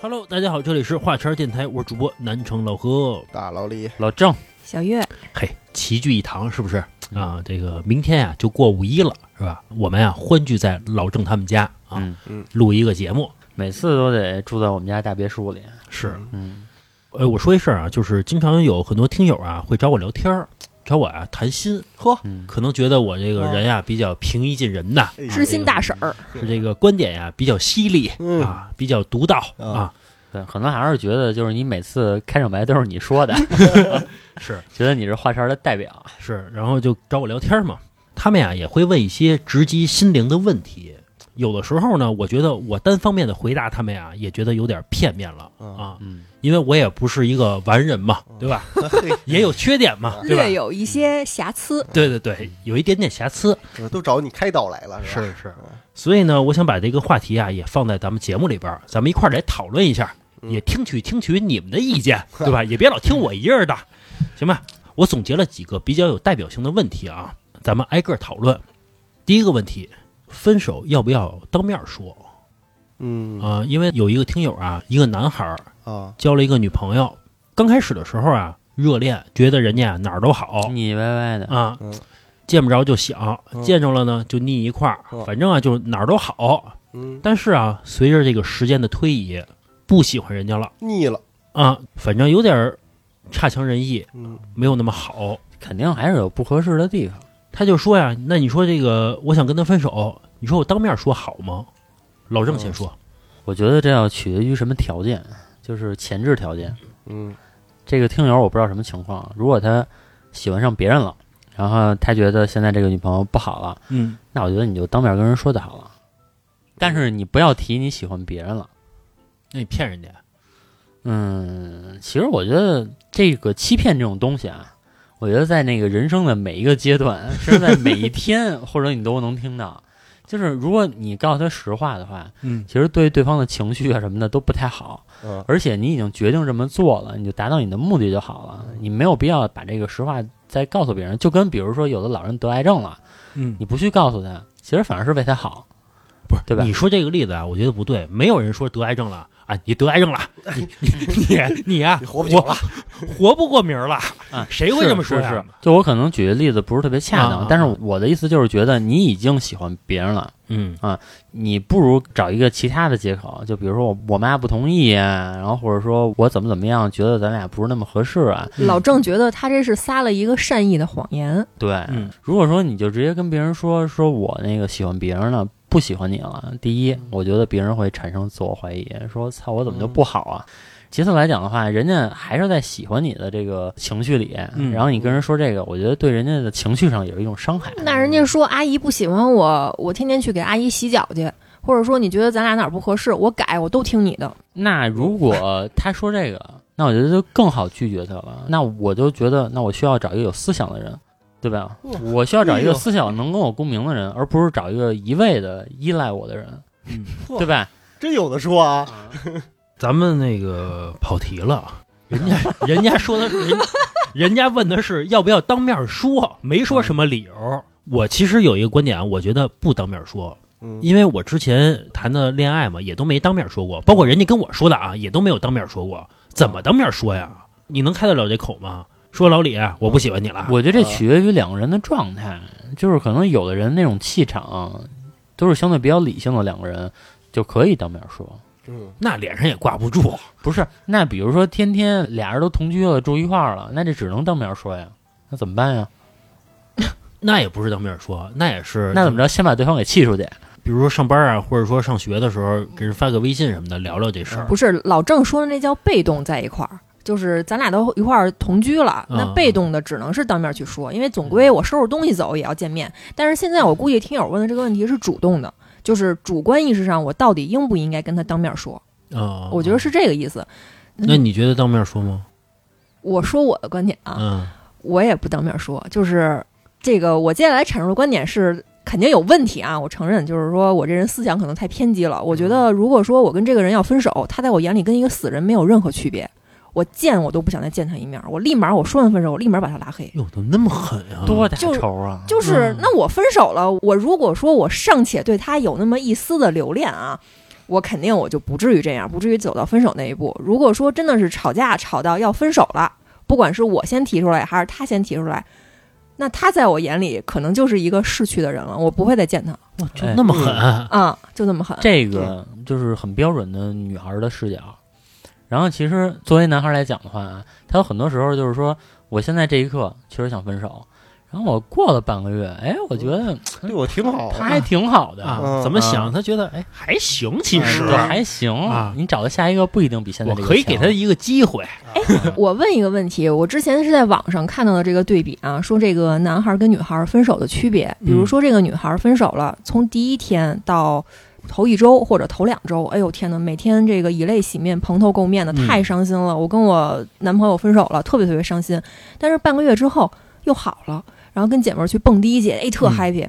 Hello，大家好，这里是画圈电台，我是主播南城老何。大老李，老郑，小月，嘿，齐聚一堂是不是啊？这个明天呀、就过五一了，是吧？我们呀、欢聚在老郑他们家啊，嗯录一个节目。每次都得住在我们家大别墅里。是，嗯呃，我说一声啊，就是经常有很多听友啊会找我聊天儿，找我啊谈心，呵，嗯，可能觉得我这个人呀、比较平易近人呐，哎知心大婶儿，是这个观点呀、比较犀利、嗯啊，比较独到啊啊，对，可能还是觉得就是你每次开场白都是你说的， 是觉得你是画圈的代表。是，然后就找我聊天嘛。他们呀、也会问一些直击心灵的问题，有的时候呢，我觉得我单方面的回答他们呀、也觉得有点片面了嗯啊，嗯，因为我也不是一个完人嘛，对吧？哎 也有缺点嘛，对吧？略有一些瑕疵。对对对，有一点点瑕疵，这都找你开导来了，吧？是是。所以呢，我想把这个话题啊，也放在咱们节目里边儿，咱们一块儿来讨论一下，嗯也听取听取你们的意 见，对吧？也别老听我一人的，行吧？我总结了几个比较有代表性的问题啊，咱们挨个儿讨论。第一个问题，分手要不要当面儿说嗯啊、因为有一个听友啊，一个男孩儿啊，交了一个女朋友，刚开始的时候啊，热恋，觉得人家哪儿都好，腻腻歪歪的，啊嗯，见不着就想，嗯见着了呢就腻一块儿嗯，反正啊就哪儿都好。嗯，但是啊，随着这个时间的推移，不喜欢人家了腻了，啊，反正有点儿差强人意，嗯没有那么好。肯定还是有不合适的地方。他就说呀，那你说这个我想跟他分手，你说我当面说好吗？老郑先说，我觉得这要取决于什么条件，就是前置条件。嗯这个听友我不知道什么情况，如果他喜欢上别人了，然后他觉得现在这个女朋友不好了，嗯，那我觉得你就当面跟人说就好了。但是你不要提你喜欢别人了。那你骗人家，嗯，其实我觉得这个欺骗这种东西啊，我觉得在那个人生的每一个阶段，甚至在每一天，或者你都能听到。就是如果你告诉他实话的话，嗯，其实对对方的情绪啊什么的都不太好，嗯而且你已经决定这么做了，你就达到你的目的就好了，你没有必要把这个实话再告诉别人。就跟比如说有的老人得癌症了，嗯，你不去告诉他，其实反而是为他好。不是对吧你说这个例子啊，我觉得不对，没有人说得癌症了啊，你得癌症了，你你你你啊，你活不久了，活不过名儿了啊，谁会这么说是呀？是是就我可能举的例子不是特别恰当，啊啊但是啊我的意思就是觉得你已经喜欢别人了，嗯你不如找一个其他的借口，就比如说我我妈不同意啊，然后或者说我怎么怎么样，觉得咱俩不是那么合适啊。嗯老郑觉得他这是撒了一个善意的谎言，对，嗯如果说你就直接跟别人说说我那个喜欢别人了，不喜欢你了，第嗯一，我觉得别人会产生自我怀疑，说操我怎么就不好啊。嗯其次来讲的话，人家还是在喜欢你的这个情绪里，嗯然后你跟人说这个，我觉得对人家的情绪上有一种伤害。那人家说阿姨不喜欢我，我天天去给阿姨洗脚去，或者说你觉得咱俩哪儿不合适，我改，我都听你的。那如果他说这个，那我觉得就更好拒绝他了。那我就觉得，那我需要找一个有思想的人，对吧？哇我需要找一哎呦个思想能跟我共鸣的人，而不是找一个一味的依赖我的人，嗯，哇对吧？真有的说啊，咱们那个跑题了，人家人家说的是人，人家问的是要不要当面说，没说什么理由。我其实有一个观点啊，我觉得不当面说，嗯因为我之前谈的恋爱嘛，也都没当面说过，包括人家跟我说的啊，也都没有当面说过。怎么当面说呀？你能开得了这口吗？说老李，啊我不喜欢你了。我觉得这取决于两个人的状态，就是可能有的人那种气场都是相对比较理性的两个人，就可以当面说。嗯那脸上也挂不住，不是，那比如说天天俩人都同居了，住一块儿了，那这只能当面说呀。那怎么办呀？那也不是当面说，那也是那怎么着？先把对方给气出去。比如说上班啊，或者说上学的时候，给人发个微信什么的，聊聊这事儿。不是老郑说的那叫被动在一块儿，就是咱俩都一块儿同居了，嗯那被动的只能是当面去说，因为总归我收拾东西走也要见面。但是现在我估计听友问的这个问题是主动的，就是主观意识上我到底应不应该跟他当面说，啊，我觉得是这个意思。那你觉得当面说吗？我说我的观点啊，嗯我也不当面说，就是这个我接下来阐述的观点是肯定有问题啊，我承认，就是说我这人思想可能太偏激了。我觉得如果说我跟这个人要分手，他在我眼里跟一个死人没有任何区别，我见我都不想再见他一面，我立马我说完分手，我立马把他拉黑。哟，怎么那么狠啊？多大就是仇啊！就是嗯那我分手了，我如果说我尚且对他有那么一丝的留恋啊，我肯定我就不至于这样，不至于走到分手那一步。如果说真的是吵架吵到要分手了，不管是我先提出来还是他先提出来，那他在我眼里可能就是一个逝去的人了，我不会再见他了哇，就那么狠，啊、就这么狠。这个就是很标准的女孩的视角。然后其实作为男孩来讲的话，他有很多时候就是说，我现在这一刻确实想分手，然后我过了半个月，哎，我觉得对我挺好他还挺好的，啊，嗯怎么啊想？他觉得哎还行，其嗯实对，还行啊你找的下一个不一定比现在我这个可以给他一个机会，我问一个问题，我之前是在网上看到的这个对比啊，说这个男孩跟女孩分手的区别，比如说这个女孩分手了，从第一天到头一周或者头两周，哎呦天呐，每天这个以泪洗面、蓬头垢面的，嗯太伤心了。我跟我男朋友分手了，特别特别伤心。但是半个月之后又好了，然后跟姐妹儿去蹦迪去，哎，特嗯 happy。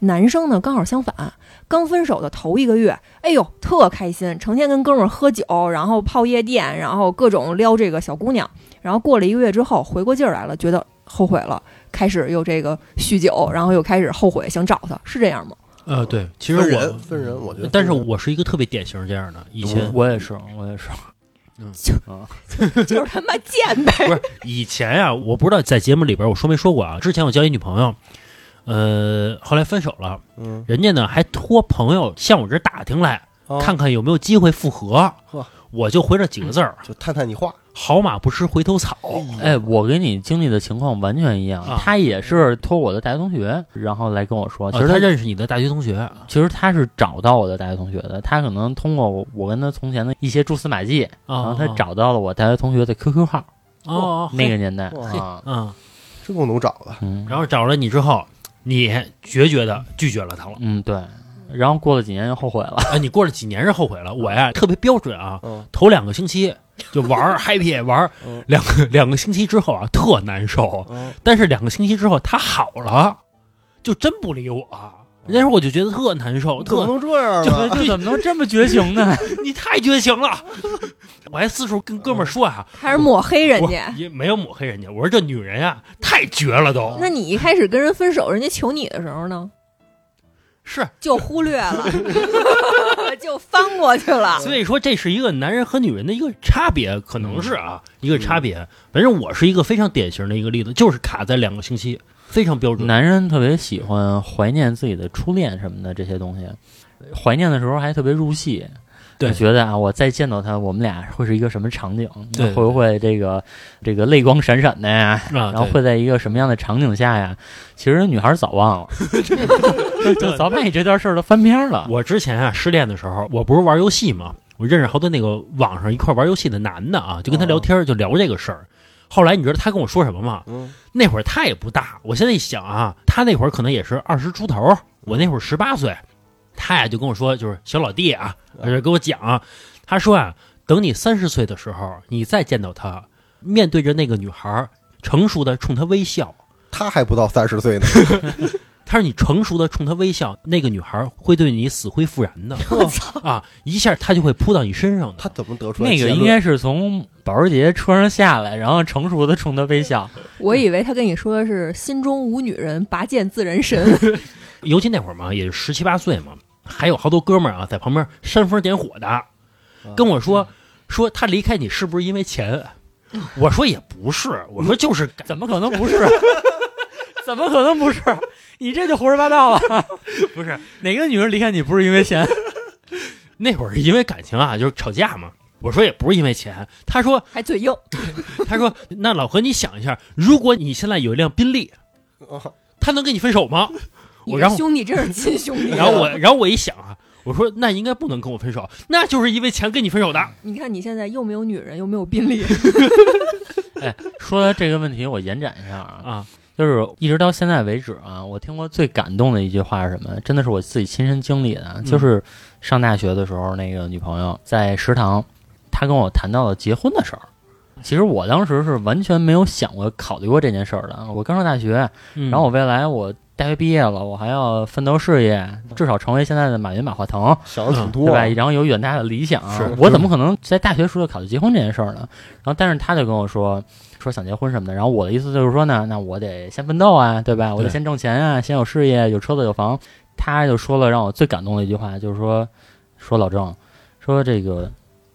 男生呢，刚好相反，刚分手的头一个月，哎呦，特开心，成天跟哥们儿喝酒，然后泡夜店，然后各种撩这个小姑娘。然后过了一个月之后，回过劲儿来了，觉得后悔了，开始又这个酗酒，然后又开始后悔想找他，是这样 吗？呃，对，其实分人我，嗯嗯分人，我觉得，但是我是一个特别典型这样的，以前我我也是，我也是，就是他妈贱呗。不是以前呀、我不知道在节目里边我说没说过啊。之前我交一女朋友，呃，后来分手了，嗯，人家呢还托朋友向我这儿打听来，啊看看有没有机会复合呵。嗯我就回了几个字儿：就探探你话，好马不吃回头草。 哎，我跟你经历的情况完全一样，啊他也是托我的大学同学，然后来跟我说，其其实实他他认识你的大学同学，啊其实他是找到我的大学同学的，他可能通过我我跟他从前的一些蛛丝马迹，然啊后他找到了我大学同学的 QQ 号，哦哦那个年代哇啊，嗯，这够能找的，嗯，然后找了你之后，你决绝的拒绝了他了。嗯对，然后过了几年又后悔了，哎，你过了几年是后悔了。我呀特别标准啊，嗯，头两个星期就玩儿 happy 玩儿嗯两个两个星期之后啊特难受，嗯但是两个星期之后他好了，就真不理我。啊那时候我就觉得特难受，怎特么能这样啊呢？这怎么能这么绝情呢？你太绝情了。我还四处跟哥们儿说啊，开始抹黑人我家。也没有抹黑人家，我说这女人啊太绝了都，那你一开始跟人分手，人家求你的时候呢，是。就忽略 了， 就翻过去了。所以说这是一个男人和女人的一个差别，可能是啊一个差别。反正我是一个非常典型的一个例子，就是卡在两个星期，非常标准。 男人特别喜欢怀念自己的初恋什么的这些东西，怀念的时候还特别入戏。对就觉得啊，我再见到他，我们俩会是一个什么场景？对对会不会这个这个泪光闪闪的呀？啊，然后对会在一个什么样的场景下呀？其实女孩早忘 了，就早把你这段事儿都翻篇了。我之前啊失恋的时候，我不是玩游戏嘛，我认识好多那个网上一块玩游戏的男的啊，就哦跟他聊天，就聊这个事儿。后来你知道他跟我说什么吗？嗯那会儿他也不大，我现在一想啊，他那会儿可能也是二十出头，我那会儿十八岁，他呀就跟我说，就是小老弟啊，他就跟我讲啊，他说啊，等你三十岁的时候，你再见到他，面对着那个女孩儿，成熟的冲她微笑。他还不到三十 岁呢，他说你成熟的冲她微笑，那个女孩儿会对你死灰复燃的。我操！啊，一下他就会扑到你身上的。他怎么得出来那个结论应该是从保时捷车上下来，然后成熟的冲他微笑。我以为他跟你说的是“心中无女人，拔剑自人神尤其那会儿嘛，也十七八岁嘛，还有好多哥们儿啊，在旁边煽风点火的，跟我说、说他离开你是不是因为钱？我说也不是，我说就是感怎么可能不 是？怎么可能不是？你这就胡说八道了。 不是哪个女人离开你不是因为钱？那会儿是因为感情啊，就是吵架嘛。我说也不是因为钱，他说”，还嘴硬。他说那老何你想一下，如果你现在有一辆宾利，哦他能跟你分手吗？你我这然后兄弟真是亲兄弟。啊然后我然后我一想啊，我说那应该不能跟我分手，那就是因为钱跟你分手的。你看你现在又没有女人，又没有宾 利， 说到这个问题，我延展一下啊，啊，就是一直到现在为止啊，我听过最感动的一句话是什么？真的是我自己亲身经历的，啊就是上大学的时候，那个女朋友在食堂，她跟我谈到了结婚的事儿。其实我当时是完全没有想过、考虑过这件事儿的。啊我刚上大学，嗯然然后我未来我大学毕业了，我还要奋斗事业，嗯至少成为现在的马云、马化腾。想的挺多对吧啊，？然后有远大的理想是，我怎么可能在大学时候就考虑结婚这件事儿呢？然后，但是他就跟我说说想结婚什么的，然后我的意思就是说呢，那我得先奋斗啊，对吧？我得对先挣钱啊，先有事业，有车子有房。他就说了让我最感动的一句话，就是说说老郑，说这个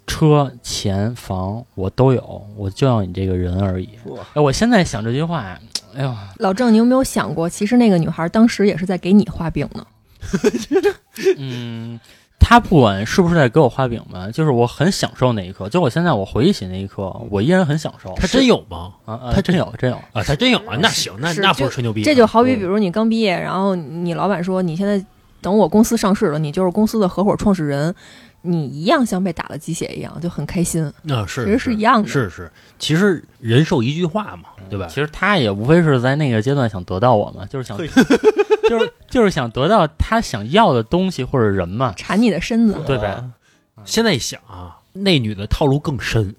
车、钱、房我都有，我就要你这个人而已。哇哎，我现在想这句话，哎呦，老郑，你有没有想过，其实那个女孩当时也是在给你画饼呢？嗯，他不管是不是在给我画饼吧，就是我很享受那一刻。就我现在我回忆起那一刻，我依然很享受。他真有吗？啊，啊他真有真有，啊，他真有啊，那行，那是那不就是吹牛逼啊，这就好比，嗯比如你刚毕业，然后你老板说你现在等我公司上市了，你就是公司的合伙创始人，你一样像被打了鸡血一样，就很开心。那啊是其实是一样的是是，其实人受一句话嘛，对吧嗯其？实他也无非是在那个阶段想得到我嘛，就是想，嘿 就是就是想得到他想要的东西或者人嘛，缠你的嗯身子，对呗？啊现在一想啊，那女的套路更深，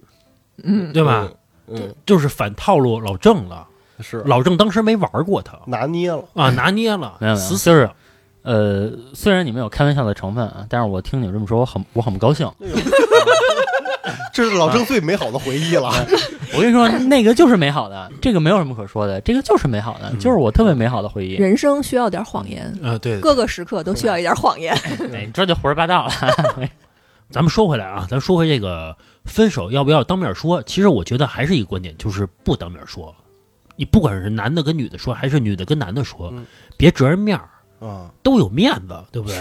嗯，对吧？？嗯，就是反套路老郑了，嗯是老郑当时没玩过他拿 捏了，啊，拿捏了没有，没有死死就是的呃，虽然你们有开玩笑的成分啊，但是我听你们这么说，我很我很不高兴。这是老郑最美好的回忆了。我跟你说，那个就是美好的，这个没有什么可说的，这个就是美好嗯的，就是我特别美好的回忆。人生需要点谎言，呃，对，各个时刻都需要一点谎言。哎，你这就胡说八道了。咱们说回来啊，咱说回这个分手要不要当面说？其实我觉得还是一个观点，就是不当面说。你不管是男的跟女的说，还是女的跟男的说，嗯别折人面儿，啊，都有面子，对不对？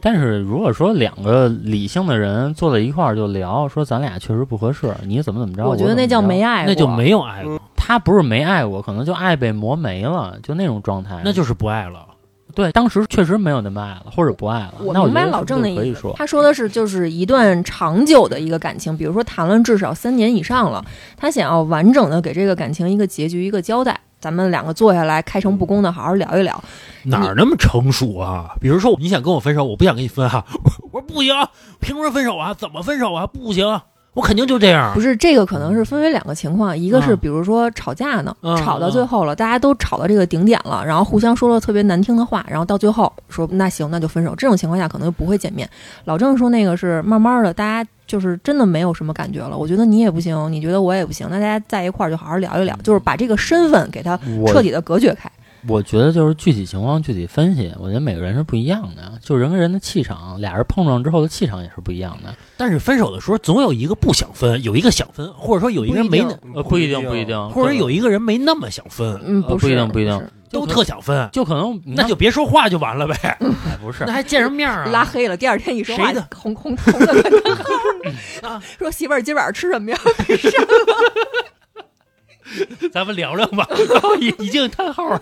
但是如果说两个理性的人坐在一块儿就聊，说咱俩确实不合适，你怎么怎么着，我觉得那叫没爱。爱过，那就没有爱了，他不是没爱我，可能就爱被磨没了，就那种状态。那就是不爱了。对，当时确实没有那么爱了，或者不爱了。我那我明白觉得老郑的是不是可意以思说，他说的是，就是一段长久的一个感情，比如说谈论至少三年以上了，他想要完整的给这个感情一个结局、一个交代。咱们两个坐下来，开诚布公的好好聊一聊。哪儿那么成熟啊？比如说你想跟我分手，我不想跟你分啊， 我我说不行，凭什么分手啊？怎么分手啊？不行，我肯定就这样不。是这个，可能是分为两个情况，一个啊是嗯比如说吵架呢，嗯吵到嗯最后了，大家都吵到这个顶点了，然后互相说了特别难听的话，然后到最后说那行那就分手。这种情况下可能就不会见面。老郑说那个是慢慢的，大家就是真的没有什么感觉了。我觉得你也不行，你觉得我也不行，那大家在一块儿就好好聊一聊，就是把这个身份给他彻我底的隔绝开。我觉得就是具体情况具体分析，我觉得每个人是不一样的，就人跟人的气场，俩人碰撞之后的气场也是不一样的。但是分手的时候，总有一个不想分，有一个想分，或者说有一个人没不一那定，呃，不一定，不一，定，或者有一个人没那么想分，嗯，呃不不是，一定不一定是都特想分，就可能那就别说话就完了呗，哎不是那。还见什么面 啊？拉黑了。第二天一说话谁的，红红 红的 跟灯号啊儿，说媳妇儿今晚上吃什么呀？咱们聊聊吧，然后已已经叹号了。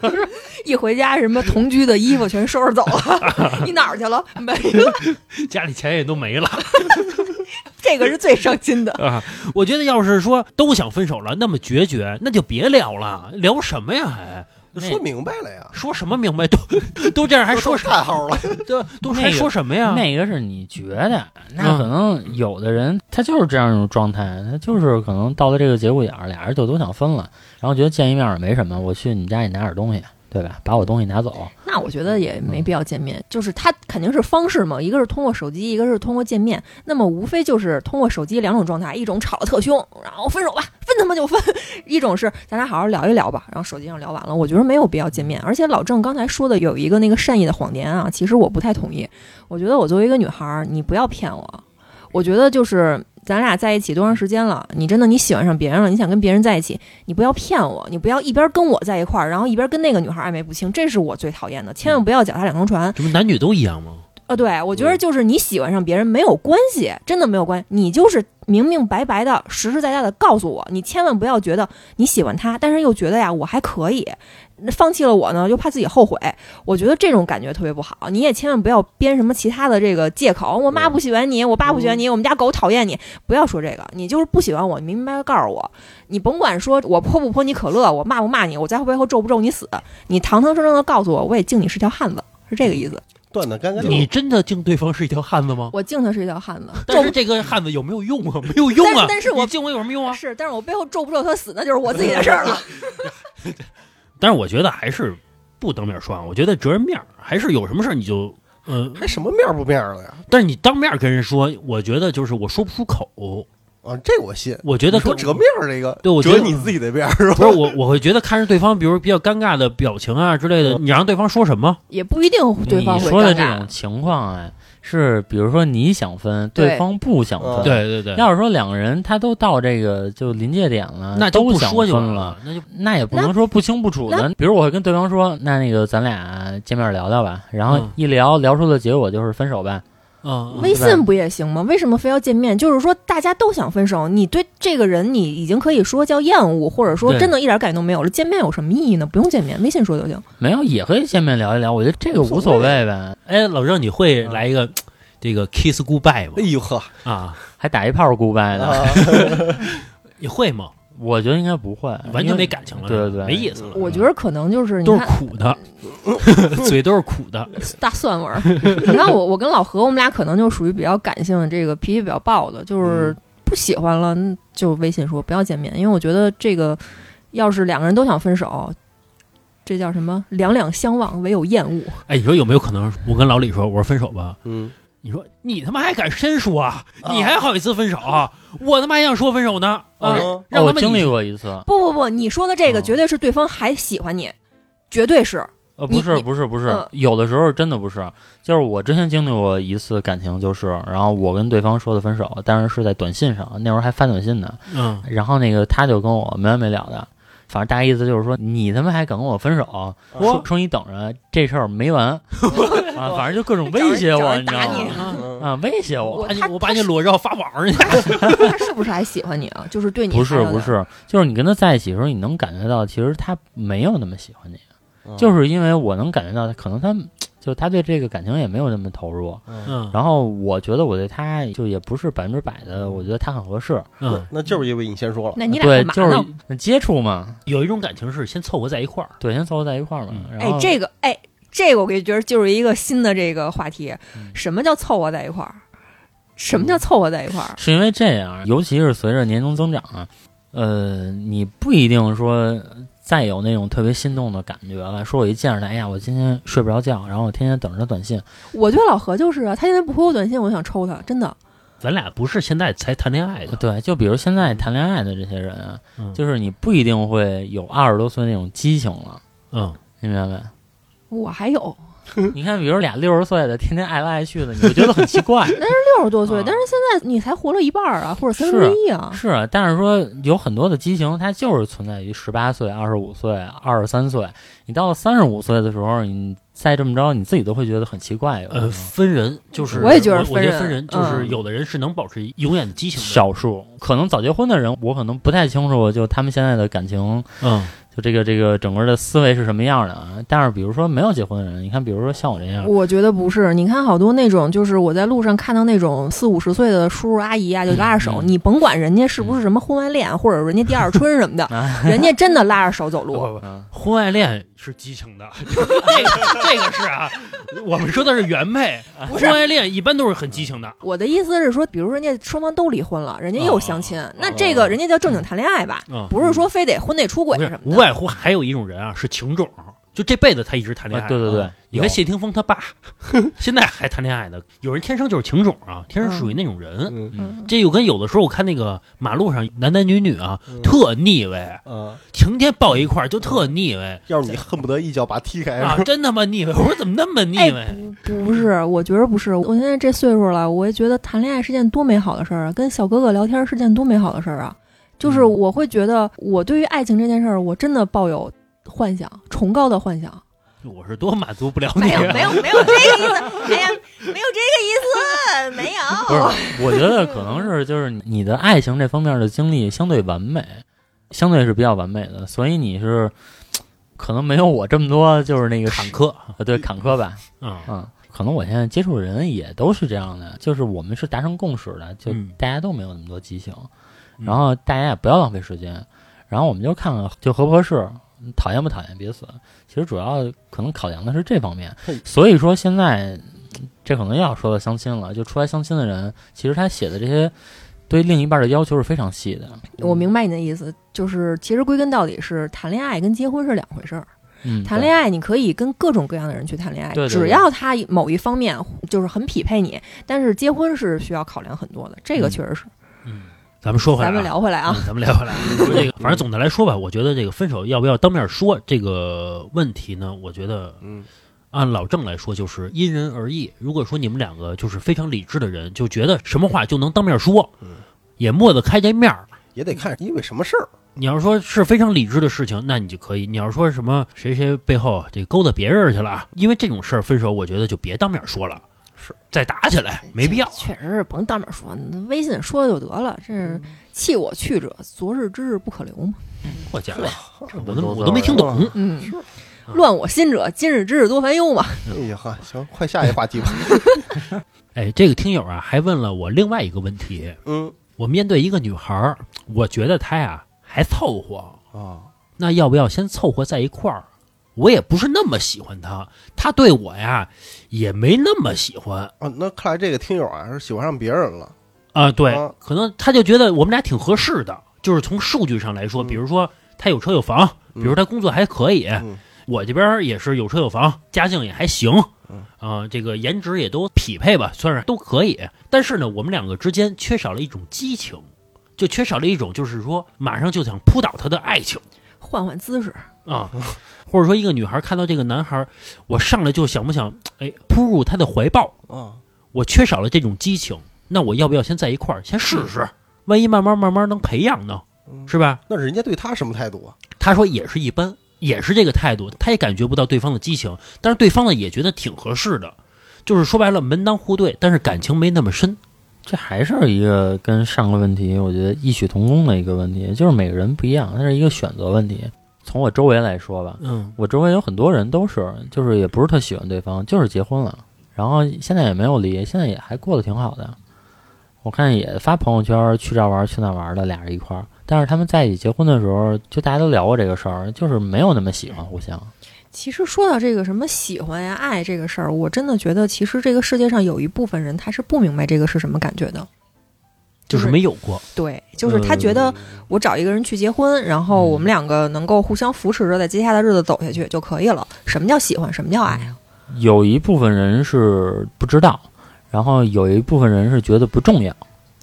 一回家什么同居的衣服全收拾走了， 你哪儿去了？没了。家里钱也都没了 这个是最伤心的。啊！我觉得要是说都想分手了，那么决绝，那就别聊了，聊什么呀？还说明白了呀，说什么明白？都都这样还说什太好 了，都啊都那还个说什么嗯呀？那个是你觉得，那可能有的人他就是这样一种状态，他就是可能到了这个节骨眼儿，俩人就都想分了，然后觉得见一面儿也没什么，我去你家里拿点东西，对吧？把我东西拿走，那我觉得也没必要见面，就是他肯定是方式嘛，一个是通过手机，一个是通过见面。那么无非就是通过手机两种状态，一种吵得特凶，然后分手吧，分他妈就分； 一种是咱俩好好聊一聊吧，然后手机上聊完了。我觉得没有必要见面。而且老郑刚才说的有一个那个善意的谎言啊，其实我不太同意。我觉得我作为一个女孩儿，你不要骗我。我觉得就是咱俩在一起多长时间了，你真的你喜欢上别人了，你想跟别人在一起，你不要骗我，你不要一边跟我在一块儿，然后一边跟那个女孩暧昧不清，这是我最讨厌的。千万不要脚踏两条船。这不男女都一样吗？呃，对我觉得就是你喜欢上别人没有关系，真的没有关系，你就是明明白白的、实实在在的告诉我，你千万不要觉得你喜欢他，但是又觉得呀我还可以，那放弃了我呢又怕自己后悔，我觉得这种感觉特别不好。你也千万不要编什么其他的这个借口，我妈不喜欢你，我爸不喜欢你，我们家狗讨厌你，不要说这个，你就是不喜欢我，你明明白白告诉我，你甭管说我泼不泼你可乐，我骂不骂你，我在背后咒不咒你死，你堂堂正正的告诉我，我也敬你是条汉子，是这个意思。断的干干净你净。真的敬对方是一条汉子吗？我敬他是一条汉子，但是咒这个 汉子有没有用啊？没有用啊！但但是我你敬我有什么用啊？是，但是我背后咒不咒他死，那就是我自己的事 儿了。但是我觉得还是不当面说啊，我觉得折人面儿还是有什么事儿你就嗯、还什么面儿不面儿了呀？但是你当面跟人说，我觉得就是我说不出口，啊，这我信。我觉得你说更折面儿这个，对我觉折得你自己的面儿 是吧？不是我，我会觉得看着对方，比如比较尴尬的表情啊之类的，你让对方说什么？也不一定对你方会说的尴这种尬，情况，哎，是比如说你想分，对对方不想嗯分。呃对对对，要是说两个人他都到这个就临界点了，那就都不想说就分完了，，那就那也不能说不清不楚的。比如我会跟对方说，那那个咱俩见面聊聊吧，然后嗯一聊、聊出的结果就是分手吧。嗯微信不也行吗？为什么非要见面？就是说大家都想分手，你对这个人你已经可以说叫厌恶，或者说对真的一点感觉都没有了，见面有什么意义呢？不用见面，微信说就行。没有也可以见面聊一聊，我觉得这个无所谓呗，哎，老郑，你会来一个这个 kiss goodbye 哎吗？呦呵，啊，还打一炮 goodbye 呢。啊你会吗？我觉得应该不会，完哎因全为没感情了，对对对没意思了，我觉得可能就是你都是看苦 的，嘴都是苦的，大蒜味儿。 你看我，我跟老何，我们俩可能就属于比较感性的，这个脾气比较暴的，就是不喜欢了嗯就微信说不要见面，因为我觉得这个要是两个人都想分手，这叫什么？两两相望，唯有厌恶。哎，你说有没有可能？我跟老李说，我说分手吧。 嗯，你说你他妈还敢深说啊？啊你还好意思分手啊？我他妈还想说分手呢 啊！嗯让我他们哦经历以过一次，不不不，你说的这个嗯绝对是对方还喜欢你，绝对是。呃，你不是你不是不是嗯，有的时候真的不是，就是我之前经历过一次感情，就是然后我跟对方说的分手，但是是在短信上，那会儿还发短信呢，嗯然后那个他就跟我没完没了的，反正大概意思就是说你他妈还敢跟我分手，说说你等着这事儿没完啊，反正就各种威胁我，找你人知找人道打吗？啊，嗯啊，威胁我。我我把你他我把你裸照发网上去。他是不是还喜欢你 啊？就是对你不是还有不点，是，就是你跟他在一起的时候，你能感觉到其实他没有那么喜欢你，嗯就是因为我能感觉到，可能他就他对这个感情也没有那么投入，嗯嗯然后我觉得我对他就也不是百分之百的，我觉得他很合适。嗯，那就是因为你先说了，那你俩对干，嘛就呢？是接触嘛，有一种感情是先凑合在一块儿。对，先凑合在一块儿嘛。嗯然哎后，这个哎，这个我给觉得就是一个新的这个话题，嗯什么叫凑合在一块儿？什么叫凑合在一块儿？是因为这样，尤其是随着年龄增长啊，呃，你不一定说再有那种特别心动的感觉了。说我一见着他，哎呀，我今天睡不着觉，然后我天天等着他短信。我对老何就是啊，他现在不回我短信，我就想抽他，真的。咱俩不是现在才谈恋爱的，对，就比如现在谈恋爱的这些人啊，嗯就是你不一定会有二十多岁那种激情了，嗯，你明白没？我还有你看，比如俩六十岁的，天天爱来爱去的，你会觉得很 奇怪。六十多岁，啊但是现在你才活了一半儿啊，或者三分之一啊。是啊，但是说有很多的激情，它就是存在于十八岁、二十五岁、二十三岁。你到了三十五岁的时候，你再这么着，你自己都会觉得很奇怪。有的时候呃，分人就是我也觉得我我觉得分分人人就是嗯有的人是能保持永远的激情的，少数可能早结婚的人，我可能不太清楚，就他们现在的感情，嗯就这个这个整个的思维是什么样的啊？但是比如说没有结婚的人，你看，比如说像我这样，我觉得不是，你看好多那种，就是我在路上看到那种四五十岁的叔叔阿姨啊，就拉着手，嗯你甭管人家是不是什么婚外恋，啊或者人家第二春什么的，人家真的拉着手走路。不不嗯婚外恋是激情的， 这个这个是啊，我们说的是原配，是婚外恋一般都是很激情的。我的意思是说，比如人家双方都离婚了，人家又相亲，那这哦个人家叫正经谈恋爱吧，嗯不是说非得婚内出轨不什是么，无的。外乎还有一种人啊，是情种，就这辈子他一直谈恋爱。啊对对对啊你看有谢霆锋他 爸，现在还谈恋爱呢。有人天生就是情种啊，天生属于那种人。嗯嗯这又跟有的时候我看那个马路上男男女女啊，嗯特腻歪，嗯，成天抱一块儿就特腻歪要是你恨不得一脚把他踢开，啊，真他妈腻歪！我说怎么那么腻哎歪？不不是，我觉得不是。我现在这岁数了，我也觉得谈恋爱是件多美好的事儿啊，跟小哥哥聊天是件多美好的事儿啊。就是嗯我会觉得，我对于爱情这件事儿，我真的抱有幻想，崇高的幻想。我是多满足不了没你有啊！没有没有这个意思，哎呀，没有这个意思，没不有。是，我觉得可能是就是你的爱情这方面的经历相对完美，相对是比较完美的，所以你是可能没有我这么多就是那个坎坷坷，对坎坷吧，啊，嗯，可能我现在接触的人也都是这样的，就是我们是达成共识的，就嗯大家都没有那么多激情，嗯然后大家也不要浪费时间，然后我们就看看就合不合适，讨厌不讨厌彼此。其实主要可能考量的是这方面嘿，所以说现在嗯这可能又要说到相亲了，就出来相亲的人，其实他写的这些对另一半的要求是非常细的。我明白你的意思，就是其实归根到底是谈恋爱跟结婚是两回事儿。嗯，谈恋爱你可以跟各种各样的人去谈恋爱，对对对只要他某一方面就是很匹配你。但是结婚是需要考量很多的，这个嗯确实是。咱们说回来啊，咱们聊回来啊，嗯咱们聊 回来，说这个，反正总的来说吧，我觉得这个分手要不要当面说这个问题呢？我觉得嗯按老郑来说，就是因人而异。如果说你们两个就是非常理智的人，就觉得什么话就能当面说，嗯也磨得开这面儿。也得看因为什么事儿。你要说是非常理智的事情，那你就可以；你要说什么谁谁背后这勾搭别人去了，啊因为这种事儿分手，我觉得就别当面说了，是再打起来嗯没必要。确实是甭当面说，你微信说就得了。这嗯是弃我去者，昨日之日不可留嘛。我家伙，啊我不都多我都没字听儿了懂。嗯，乱我心者，今日之日多烦忧嘛。哎呀哈，行，快下一话题吧。哎，这个听友啊，还问了我另外一个问题： 嗯我面对一个女孩儿，我觉得她呀还凑合，啊，那要不要先凑合在一块儿？我也不是那么喜欢她，她对我呀也没那么喜欢啊，那看来这个听友啊是喜欢上别人了。啊。对，啊可能她就觉得我们俩挺合适的，就是从数据上来说，嗯比如说她有车有房，比嗯如她工作还可以，嗯我这边儿也是有车有房，家境也还行，嗯啊、这个颜值也都匹配吧，算是都可以。但是呢，我们两个之间缺少了一种激情，就缺少了一种就是说马上就想扑倒他的爱情。换换姿势， 啊，或者说一个女孩看到这个男孩，我上来就想不想哎扑入他的怀抱？啊，我缺少了这种激情，那我要不要先在一块儿先试试？万一慢慢慢慢能培养呢，嗯是吧？那人家对他什么态度啊？他说也是一般，也是这个态度，他也感觉不到对方的激情，但是对方呢也觉得挺合适的，就是说白了门当户对，但是感情没那么深。这还是一个跟上个问题，我觉得异曲同工的一个问题，就是每个人不一样，它是一个选择问题。从我周围来说吧，嗯我周围有很多人都是，就是也不是特喜欢对方，就是结婚了，然后现在也没有离，现在也还过得挺好的。我看也发朋友圈去这儿玩儿去那儿玩儿的，俩人一块儿。但是他们在一起结婚的时候，就大家都聊过这个事儿，就是没有那么喜欢互相。其实说到这个什么喜欢呀、爱这个事儿，我真的觉得，其实这个世界上有一部分人他是不明白这个是什么感觉的。就是没呃有过，对，就是他觉得我找一个人去结婚，然后嗯我们两个能够互相扶持着在接下来的日子走下去就可以了。什么叫喜欢？什么叫爱啊？有一部分人是不知道，然后有一部分人是觉得不重要。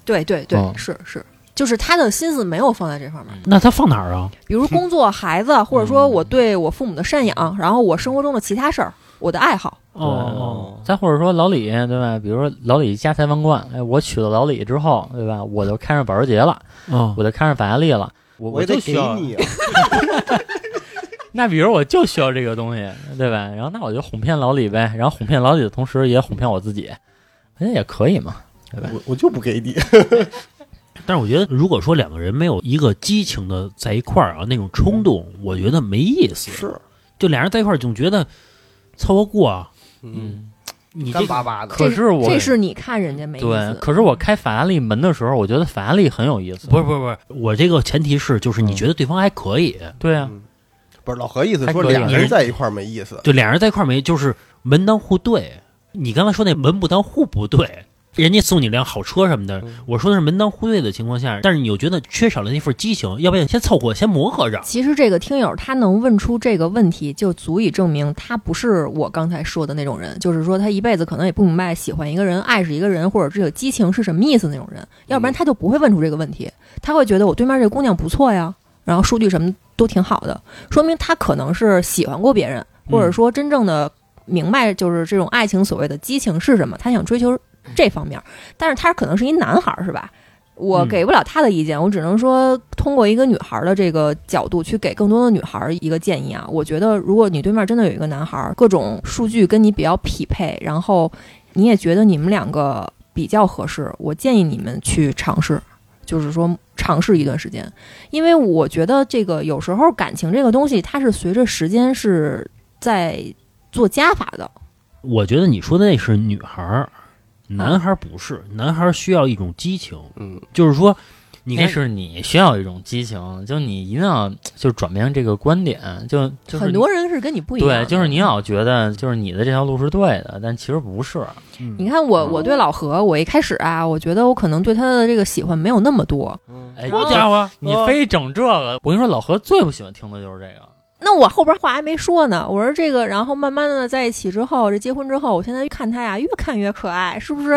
对对对，嗯是是，就是他的心思没有放在这方面。那他放哪儿啊？ 比如工作、孩子，或者说我对我父母的赡养，然后我生活中的其他事儿，我的爱好，哦，再或者说老李，对吧？比如说老李家财万贯，哎，我娶了老李之后，对吧？我就看上保时捷了，哦，我就看上法拉利了，我我也就得需给要。你啊，那比如我就需要这个东西，对吧？然后那我就哄骗老李呗，然后哄骗老李的同时也哄骗我自己，好像也可以嘛。 我我就不给你。但是我觉得，如果说两个人没有一个激情的在一块儿啊，那种冲动，我觉得没意思。， 是，就俩人在一块儿总觉得凑合过啊。嗯，，你这干个巴巴的。可这是我这是你看人家没意对思，，可是我开法拉利门的时候，我觉得法拉利很有意思。不是不是不是，我这个前提是，就是你嗯觉得对方还可以，对啊，嗯不是老何意思说还可以俩人在一块儿没意思，就俩人在一块儿没就是门当户对。你刚才说那门不当户不对，人家送你辆好车什么的，嗯我说的是门当户对的情况下，但是你又觉得缺少了那份激情，要不然先凑合，先磨合着。其实这个听友他能问出这个问题，就足以证明他不是我刚才说的那种人，就是说他一辈子可能也不明白喜欢一个人、爱是一个人，或者这个激情是什么意思那种人，要不然他就不会问出这个问题，他会觉得我对面这姑娘不错呀，然后数据什么都挺好的，说明他可能是喜欢过别人，或者说真正的明白就是这种爱情所谓的激情是什么，他想追求这方面，但是他可能是一男孩儿是吧？我嗯给不了他的意见，我只能说通过一个女孩儿的这个角度去给更多的女孩儿一个建议啊。我觉得，如果你对面真的有一个男孩儿，各种数据跟你比较匹配，然后你也觉得你们两个比较合适，我建议你们去尝试，就是说尝试一段时间，因为我觉得这个有时候感情这个东西，它是随着时间是在做加法的。我觉得你说的那是女孩儿，男孩儿不是，嗯男孩儿需要一种激情，嗯，就是说，你那看是你需要一种激情，就你一定要就是转变这个观点，就就是很你多人是跟你不一样的，对，就是你老觉得就是你的这条路是对的，但其实不是。哎嗯你看哦我，我对老何，我一开始啊，我觉得我可能对他的这个喜欢没有那么多。哎，好我家伙，你非整这个，我跟你说，老何最不喜欢听的就是这个。那我后边话还没说呢，我说这个，然后慢慢的在一起之后，这结婚之后，我现在看他呀，越看越可爱，是 不是？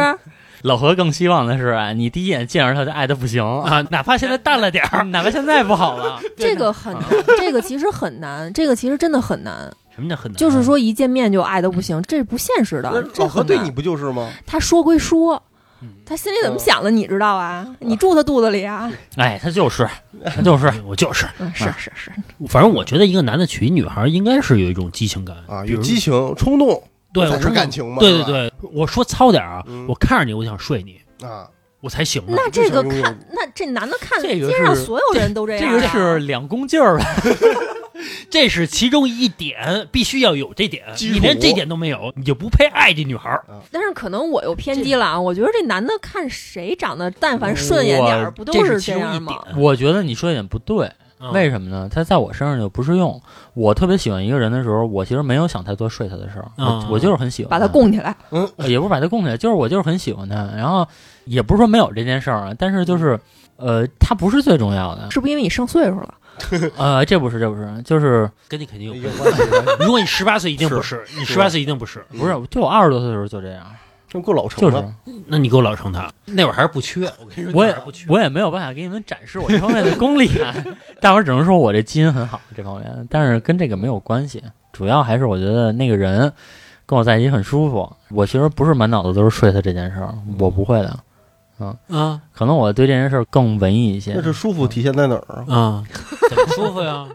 老何更希望的是，哎，你第一眼见着他就爱的不行， 嗯啊，哪怕现在淡了点儿， 哪怕现在不好了，这个很难，这个其实很难，这个其实真的很难。什么叫很难？就是，说一见面就爱的不行，这是不现实那的。这老何很对难你不就是吗？他说归说嗯，他心里怎么想的你知道啊？你住他肚子里啊？哎，他就是，他就是，我就是，嗯，是是是，反正我觉得一个男的娶一女孩，应该是有一种激情感啊，比有如激情冲动对才我是感情嘛，对是吧对对，我说糙点儿啊嗯，我看着你，我想睡你，啊，我才醒了。那就这个想拥有看，那这男的看这个街上是所有人都这样啊，个是两公劲儿吧？这是其中一点，必须要有这点，基础你连这点都没有，你就不配爱这女孩儿。但是可能我又偏激了啊！我觉得这男的看谁长得但凡顺眼点儿，我不都这是其这中样一吗？点。我觉得你说的也不对，嗯为什么呢？他在我身上就不适用。我特别喜欢一个人的时候，我其实没有想太多睡他的事儿，嗯我我就是很喜欢把他供起来，呃也不是把他供起来，就是我就是很喜欢他。然后也不是说没有这件事儿啊，但是就是呃，他不是最重要的。是不是因为你上岁数了？呃，这不是，这不是，就是跟你肯定有关 有关系有 关系系。如果你十八岁一定不是，你哎是十八岁一定不是，不是，就我二十多岁的时候就这样，这够老成就了是那你给我老成他那会儿还是不缺。我跟你说，那会我也儿不缺。我也没有办法给你们展示我这方面的功力 啊，大伙儿只能说我这基因很好这方面，但是跟这个没有关系，主要还是我觉得那个人跟我在一起很舒服。我其实不是满脑子都是睡他这件事儿，我不会的，啊可能我对这件事儿更文艺一些那。这舒服体现在哪儿啊？ 啊，怎么舒服呀？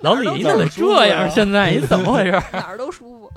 老李，你怎么舒服这样？啊现在你怎么回 事？哪儿都舒服。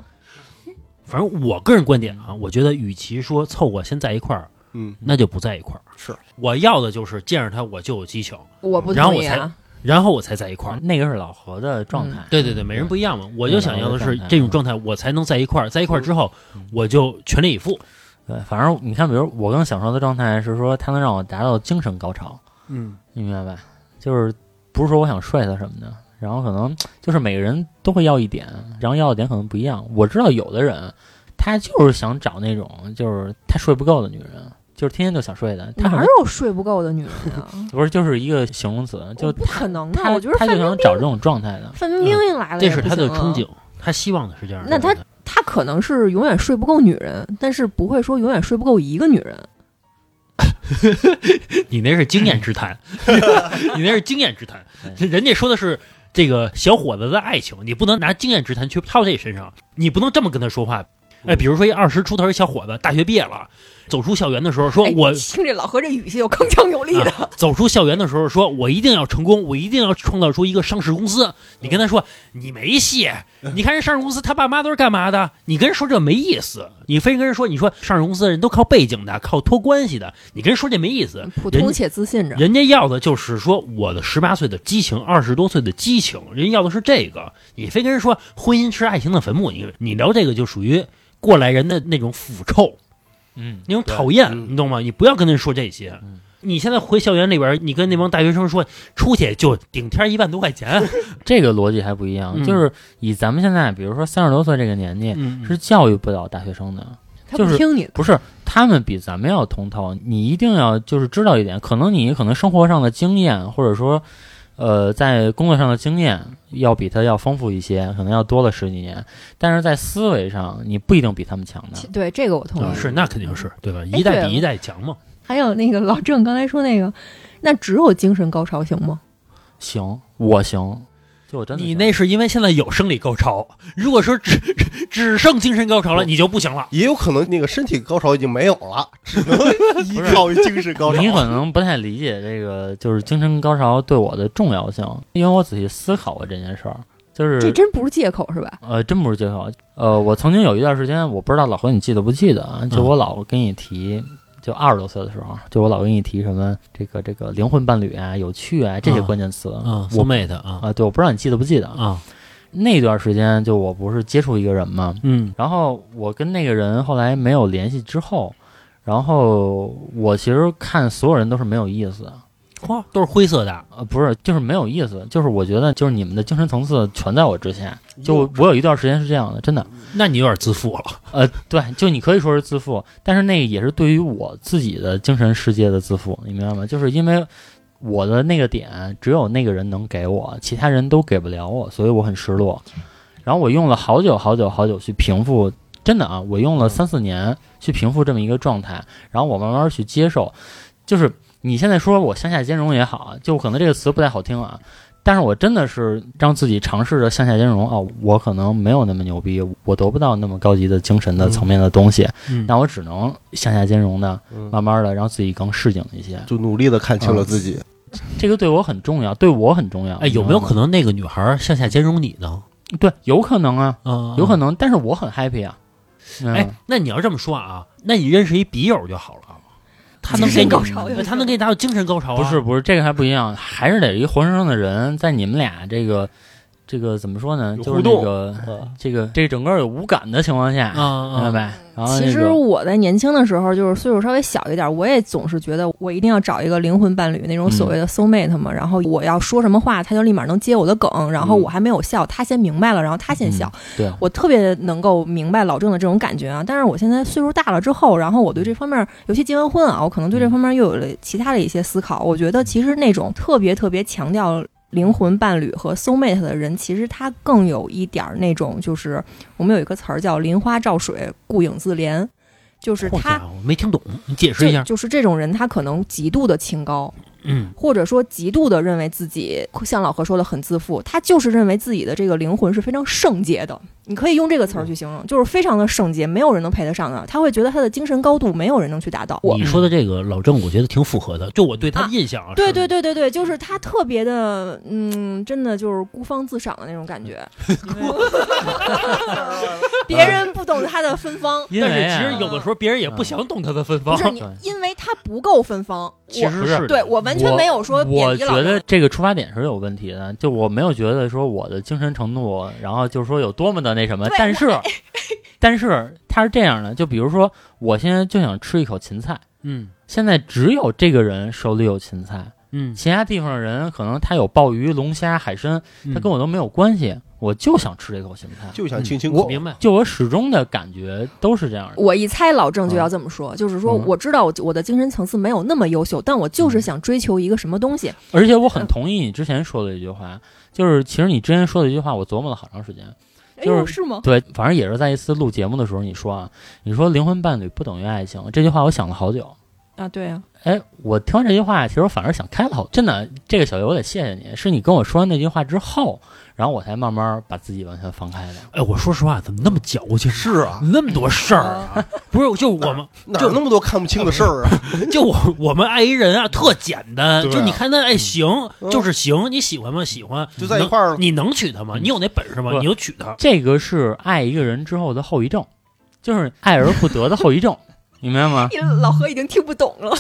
反正我个人观点啊，我觉得与其说凑合先在一块儿，嗯，那就不在一块儿。是我要的就是见着他我就有激情， 我不然后同我意啊！然后我才在一嗯块儿。那个是老何的状态，对对对，每人不一样嘛。我就想要的是嗯这种状态，嗯我才能在一块儿。在一块儿之后，我就全力以赴。对，反正你看，比如我更享受的状态是说，他能让我达到精神高潮，嗯，你明白吧？就是不是说我想睡他什么的，然后可能就是每个人都会要一点，然后要的点可能不一样。我知道有的人他就是想找那种就是他睡不够的女人，就是天天就想睡的，他可哪能有睡不够的女人啊？不是就是一个形容词，就我不可能的，他我觉得他范就冰想找这种状态的。范冰冰一来了嗯这也是不他的行憧啊，憬，他希望的是这样的那状态。他他可能是永远睡不够女人，但是不会说永远睡不够一个女人。你那是经验之 谈，你那是经验之谈。对人家说的是这个小伙子的爱情，你不能拿经验之谈去套这身上，你不能这么跟他说话。哎，比如说一二十出头一小伙子，大学毕业了，走出校园的时候说哎我，听这老何这语气又铿锵有力的，啊走出校园的时候说我一定要成功，我一定要创造出一个上市公嗯司。你跟他说你没戏，你看人上市公司他爸妈都是干嘛的？你跟人说这没意思，你非跟人说你说上市公司的人都靠背景的，靠托关系的，你跟人说这没意思。普人通且自信着。人家要的就是说我的十八岁的激情，二十多岁的激情，人家要的是这个。你非跟人说婚姻是爱情的坟墓，你你聊这个就属于过来人的那种腐臭，嗯，那种讨厌，对嗯你懂吗？你不要跟人说这些。嗯你现在回校园里边，你跟那帮大学生说，出去就顶天一万多块 钱，这个逻辑还不一样，嗯就是以咱们现在，比如说三十多岁这个年纪，嗯是教育不了大学生的。他就不是听你的，不是，他们比咱们要通透。你一定要就是知道一点，可能你可能生活上的经验，或者说，呃，在工作上的经验，要比他要丰富一些，可能要多了十几年。但是在思维上，你不一定比他们强的。对这个我同意啊。是那肯定是对吧？哎一代对比一代强嘛。还有那个老郑刚才说那个，那只有精神高潮行吗？行，我行，就我真的你行那是因为现在有生理高潮，如果说只只剩精神高潮了，你就不行了。也有可能那个身体高潮已经没有了，只 能依靠于精神高潮你。可能不太理解这个，就是精神高潮对我的重要性，因为我仔细思考过这件事儿，就是这真不是借口是吧？呃，真不是借口。呃，我曾经有一段时间，我不知道老何你记得不记得啊？就嗯我老跟你提，就二十多岁的时候，就我老跟你提什么这个这个灵魂伴侣啊、有趣啊这些嗯关键词。啊，我苏妹的啊啊，对，我不知道你记得不记得啊？啊，那段时间就我不是接触一个人嘛，嗯，然后我跟那个人后来没有联系之后，然后我其实看所有人都是没有意思的。嚯，都是灰色的，呃，不是，就是没有意思，就是我觉得，就是你们的精神层次全在我之下。就我我有一段时间是这样的，真的，那你有点自负了。呃，对，就你可以说是自负，但是那个也是对于我自己的精神世界的自负，你明白吗？就是因为我的那个点只有那个人能给我，其他人都给不了我，所以我很失落。然后我用了好久好久好久去平复，真的啊，我用了三四年去平复这么一个状态，然后我慢慢去接受。就是你现在说我向下兼容也好，就可能这个词不太好听啊，但是我真的是让自己尝试着向下兼容啊、我可能没有那么牛逼，我得不到那么高级的精神的层面的东西，嗯那我只能向下兼容的，嗯慢慢的让自己更市井一些。就努力的看清了自己。这个对我很重要，对我很重要。哎，有没有可能那个女孩儿向下兼容你呢？能？对，有可能啊，啊，有可。能。但是我很 happy 啊。嗯、哎，那你要这么说啊，那你认识一笔友就好了，他能精给神你高潮有他能给你达到精神高潮啊。不是不是，这个还不一样，还是得一个活生生的人，在你们俩这个这个怎么说呢？有就是互动那个嗯这个这整个有无感的情况下，啊啊明白吧？然后其那实个我在年轻的时候，就是岁数稍微小一点，我也总是觉得我一定要找一个灵魂伴侣，那种所谓的 soul mate 嘛。然后我要说什么话，他就立马能接我的梗，然后嗯我还没有笑，他先明白了，然后他先笑。对我特别能够明白老郑的这种感觉啊。但是我现在岁数大了之后，然后我对这方面，尤其结完婚啊，我可能对这方面又有了其他的一些思考。我觉得其实那种特别特别强调。灵魂伴侣和 soul mate 的人，其实他更有一点儿那种，就是我们有一个词儿叫“林花照水，顾影自怜”，就是好他家伙，没听懂，你解释一这下。就是这种人，他可能极度的清高，嗯，或者说极度的认为自己，像老何说的很自负，他就是认为自己的这个灵魂是非常圣洁的，你可以用这个词儿去形容，就是非常的圣洁，没有人能配得上啊的。他会觉得他的精神高度没有人能去达到。我你说的这个老郑，我觉得挺符合的，就我对他的印象啊。对是对对对对，就是他特别的，嗯，真的就是孤芳自赏的那种 感觉， 别人不懂他的芬芳，因但为是啊其实有的时候别人也不想懂他的芬不芳。是你对，因为他不够芬芳。其我实是的对我完全没有说我贬低觉老得郑。这个出发点是有问题的，就我没有觉得说我的精神程度，然后就是说有多么的那什么，对但是，但是他是这样的，就比如说我现在就想吃一口芹菜，嗯现在只有这个人手里有芹菜，嗯，其他地方的人可能他有鲍鱼、龙虾、海参，他跟我我都没有关系，我就想吃这口芹菜，就想清清嗯我口，明白。就我始终的感觉都是这样的。我一猜老郑就要这么说，就是说嗯我知道我我的精神层次没有那么优秀，但我就是想追求一个什么东西。而且我很同意你之前说的一句话，就是其实你之前说的一句话，我琢磨了好长时间。哎就是呦，是吗？对，反正也是在一次录节目的时候，你说啊，你说灵魂伴侣不等于爱情这句话，我想了好久。啊，对啊，哎，我听完这句话，其实我反而想开了好，真的，这个小游我得谢谢你，是你跟我说完那句话之后，然后我才慢慢把自己完全放开的。哎，我说实话，怎么那么矫情？是啊 那么多事儿哎啊！不是，就我 们，哪有那么多看不清的事儿啊？就我我们爱一人啊，特简单。对啊就你看他，哎，行，嗯就是行，你喜欢吗？喜欢，就在一块儿了嗯能你能娶她吗？你有那本事吗？不你就娶她。这个是爱一个人之后的后遗症，就是爱而不得的后遗症，明白吗？ 老何已经听不懂了。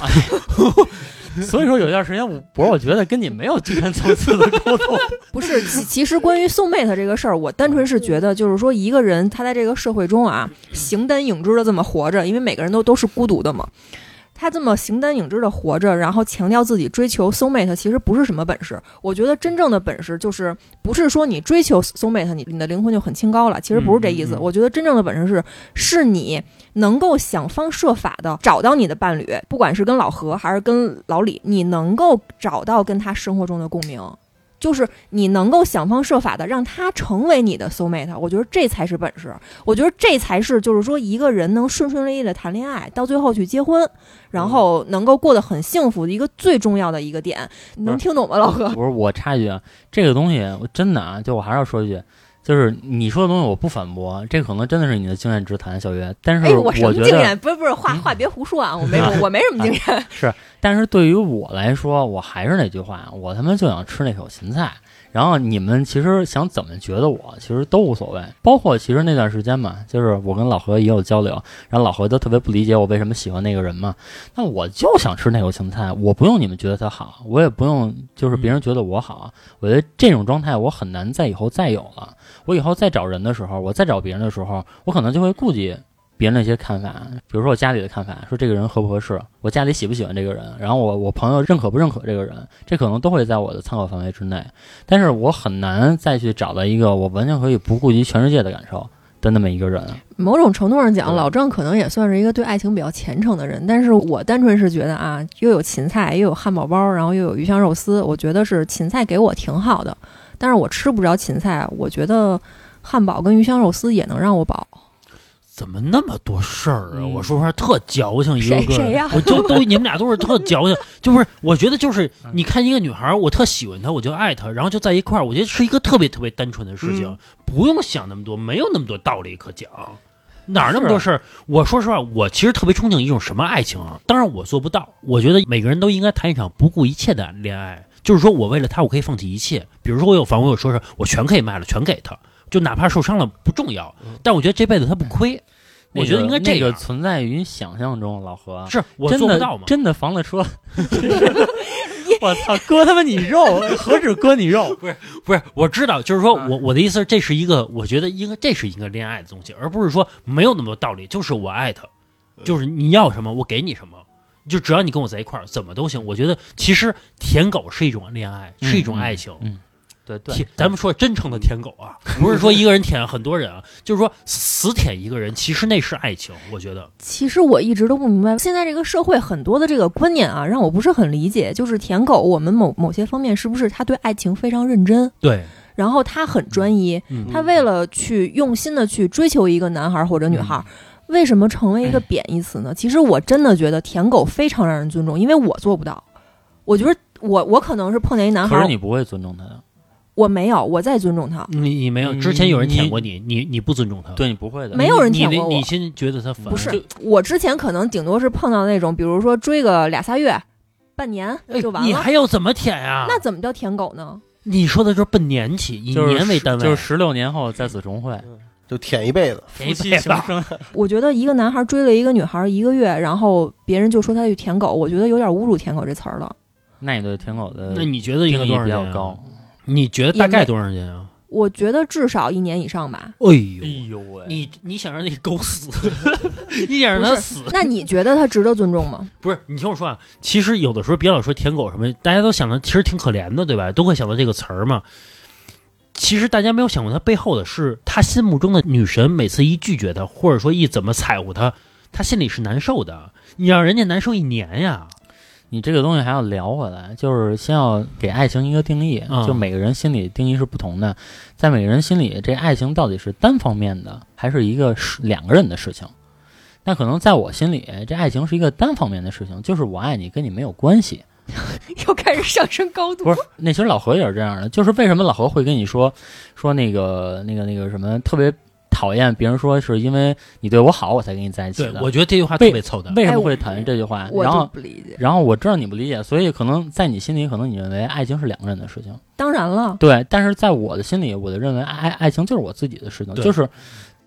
所以说有一段时间我，不是我觉得跟你没有精神层次的沟通。不是，其其实关于送妹的这个事儿，我单纯是觉得，就是说一个人他在这个社会中啊，形单影只的这么活着，因为每个人都都是孤独的嘛。他这么形单影只的活着，然后强调自己追求 soul mate，其实不是什么本事。我觉得真正的本事就是，不是说你追求 soul mate，你你的灵魂就很清高了，其实不是这意思。嗯嗯嗯我觉得真正的本事是，是你能够想方设法的找到你的伴侣，不管是跟老何还是跟老李，你能够找到跟他生活中的共鸣，就是你能够想方设法的让他成为你的 soul mate。我觉得这才是本事，我觉得这才是就是说一个人能顺顺利利的谈恋爱，到最后去结婚，然后能够过得很幸福的一个最重要的一个点。嗯能听懂吗，老何？不是我插一句啊，这个东西我真的啊，就我还是要说一句，就是你说的东西我不反驳，这可能真的是你的经验之谈，小月。但是哎，我什么觉经得，验？不是不是，话嗯话别胡说啊！ 我没我我没什么经验。但是对于我来说，我还是那句话，我他妈就想吃那口芹菜。然后你们其实想怎么觉得我，其实都无所谓。包括其实那段时间嘛，就是我跟老何也有交流，然后老何都特别不理解我为什么喜欢那个人嘛。那我就想吃那口芹菜，我不用你们觉得他好，我也不用就是别人觉得我好。我觉得这种状态我很难在以后再有了。我以后再找人的时候，我再找别人的时候，我可能就会顾及别人的一些看法，比如说我家里的看法，说这个人合不合适，我家里喜不喜欢这个人，然后我我朋友认可不认可这个人，这可能都会在我的参考范围之内。但是我很难再去找到一个我完全可以不顾及全世界的感受的那么一个人。某种程度上讲，对老郑可能也算是一个对爱情比较虔诚的人，但是我单纯是觉得啊，又有芹菜，又有汉堡包，然后又有鱼香肉丝，我觉得是芹菜给我挺好的，但是我吃不着芹菜，我觉得汉堡跟鱼香肉丝也能让我饱。怎么那么多事儿啊？嗯我说话特矫情，一个谁个谁呀我就 都你们俩都是特矫情， 就不是？我觉得就是嗯你看一个女孩儿，我特喜欢她，我就爱她，然后就在一块儿，我觉得是一个特别特别单纯的事情，嗯不用想那么多，没有那么多道理可讲。哪儿那么多事儿？我说实话，我其实特别憧憬一种什么爱情啊？当然我做不到。我觉得每个人都应该谈一场不顾一切的恋爱，就是说我为了他，我可以放弃一切。比如说我有房，我有车，我全可以卖了，全给他，就哪怕受伤了不重要。但我觉得这辈子他不亏。我觉得应该这那样个存在于你想象中，老何。是啊我真做的不到嘛？真的房 了车，我操，割他妈你肉，何止割你肉？不是，我知道，就是说我我的意思是，这是一个，我觉得应该这是一个恋爱的东西，而不是说没有那么多道理，就是我爱他，就是你要什么我给你什么，就只要你跟我在一块儿，怎么都行。我觉得其实舔狗是一种恋爱，是一种爱情。嗯，对对，舔，咱们说真诚的舔狗啊，不是说一个人舔很多人啊，就是说死舔一个人，其实那是爱情。我觉得，其实我一直都不明白，现在这个社会很多的这个观念啊，让我不是很理解。就是舔狗，我们某某些方面是不是他对爱情非常认真，对，然后他很专一，嗯他为了去用心的去追求一个男孩或者女孩，嗯为什么成为一个贬义词呢？其实我真的觉得舔狗非常让人尊重，因为我做不到。我觉得我我可能是碰见一男孩可是，你不会尊重他的，我没有，我在尊重他。你你没有之前有人舔过你，你你不尊重他，嗯对你不会的，没有人你舔你过我你先觉得他烦，不是就我之前可能顶多是碰到那种，比如说追个俩仨月、半年哎就完你了，还啊要怎么舔呀、那怎么叫舔狗呢？你说的就是奔年起，以就是年为单位，就是十六年后再次重会，就舔一辈子，谁夫配 妻吧情深。我觉得一个男孩追了一个女孩一个月，然后别人就说他去舔狗，我觉得有点侮辱“舔狗”这词儿了。那你对舔狗的那你觉得应定该义多少比钱较啊高？。你觉得大概多少钱啊？我觉得至少一年以上吧。哎呦，呦喂你你想让那狗死， 你想让它 死？那你觉得他值得尊重吗？不是，你听我说啊，其实有的时候别老说舔狗什么，大家都想到其实挺可怜的，对吧？都会想到这个词儿嘛。其实大家没有想过，他背后的是他心目中的女神，每次一拒绝他，或者说一怎么踩乎他，他心里是难受的。你让人家难受一年呀，你这个东西还要聊回来，就是先要给爱情一个定义，嗯就每个人心里定义是不同的，在每个人心里，这爱情到底是单方面的，还是一个是两个人的事情？那可能在我心里，这爱情是一个单方面的事情，就是我爱你，跟你没有关系。 又开始上升高度不是，那其实老何也是这样的，就是为什么老何会跟你说说那个那个那个什么特别讨厌别人说是因为你对我好我才跟你在一起对的，我觉得这句话特别操蛋。为什哎么我会讨厌这句话？我然就后不理解。然后我知道你不理解，所以可能在你心里，可能你认为爱情是两个人的事情，当然了，对。但是在我的心里，我的认为爱爱情就是我自己的事情，对就是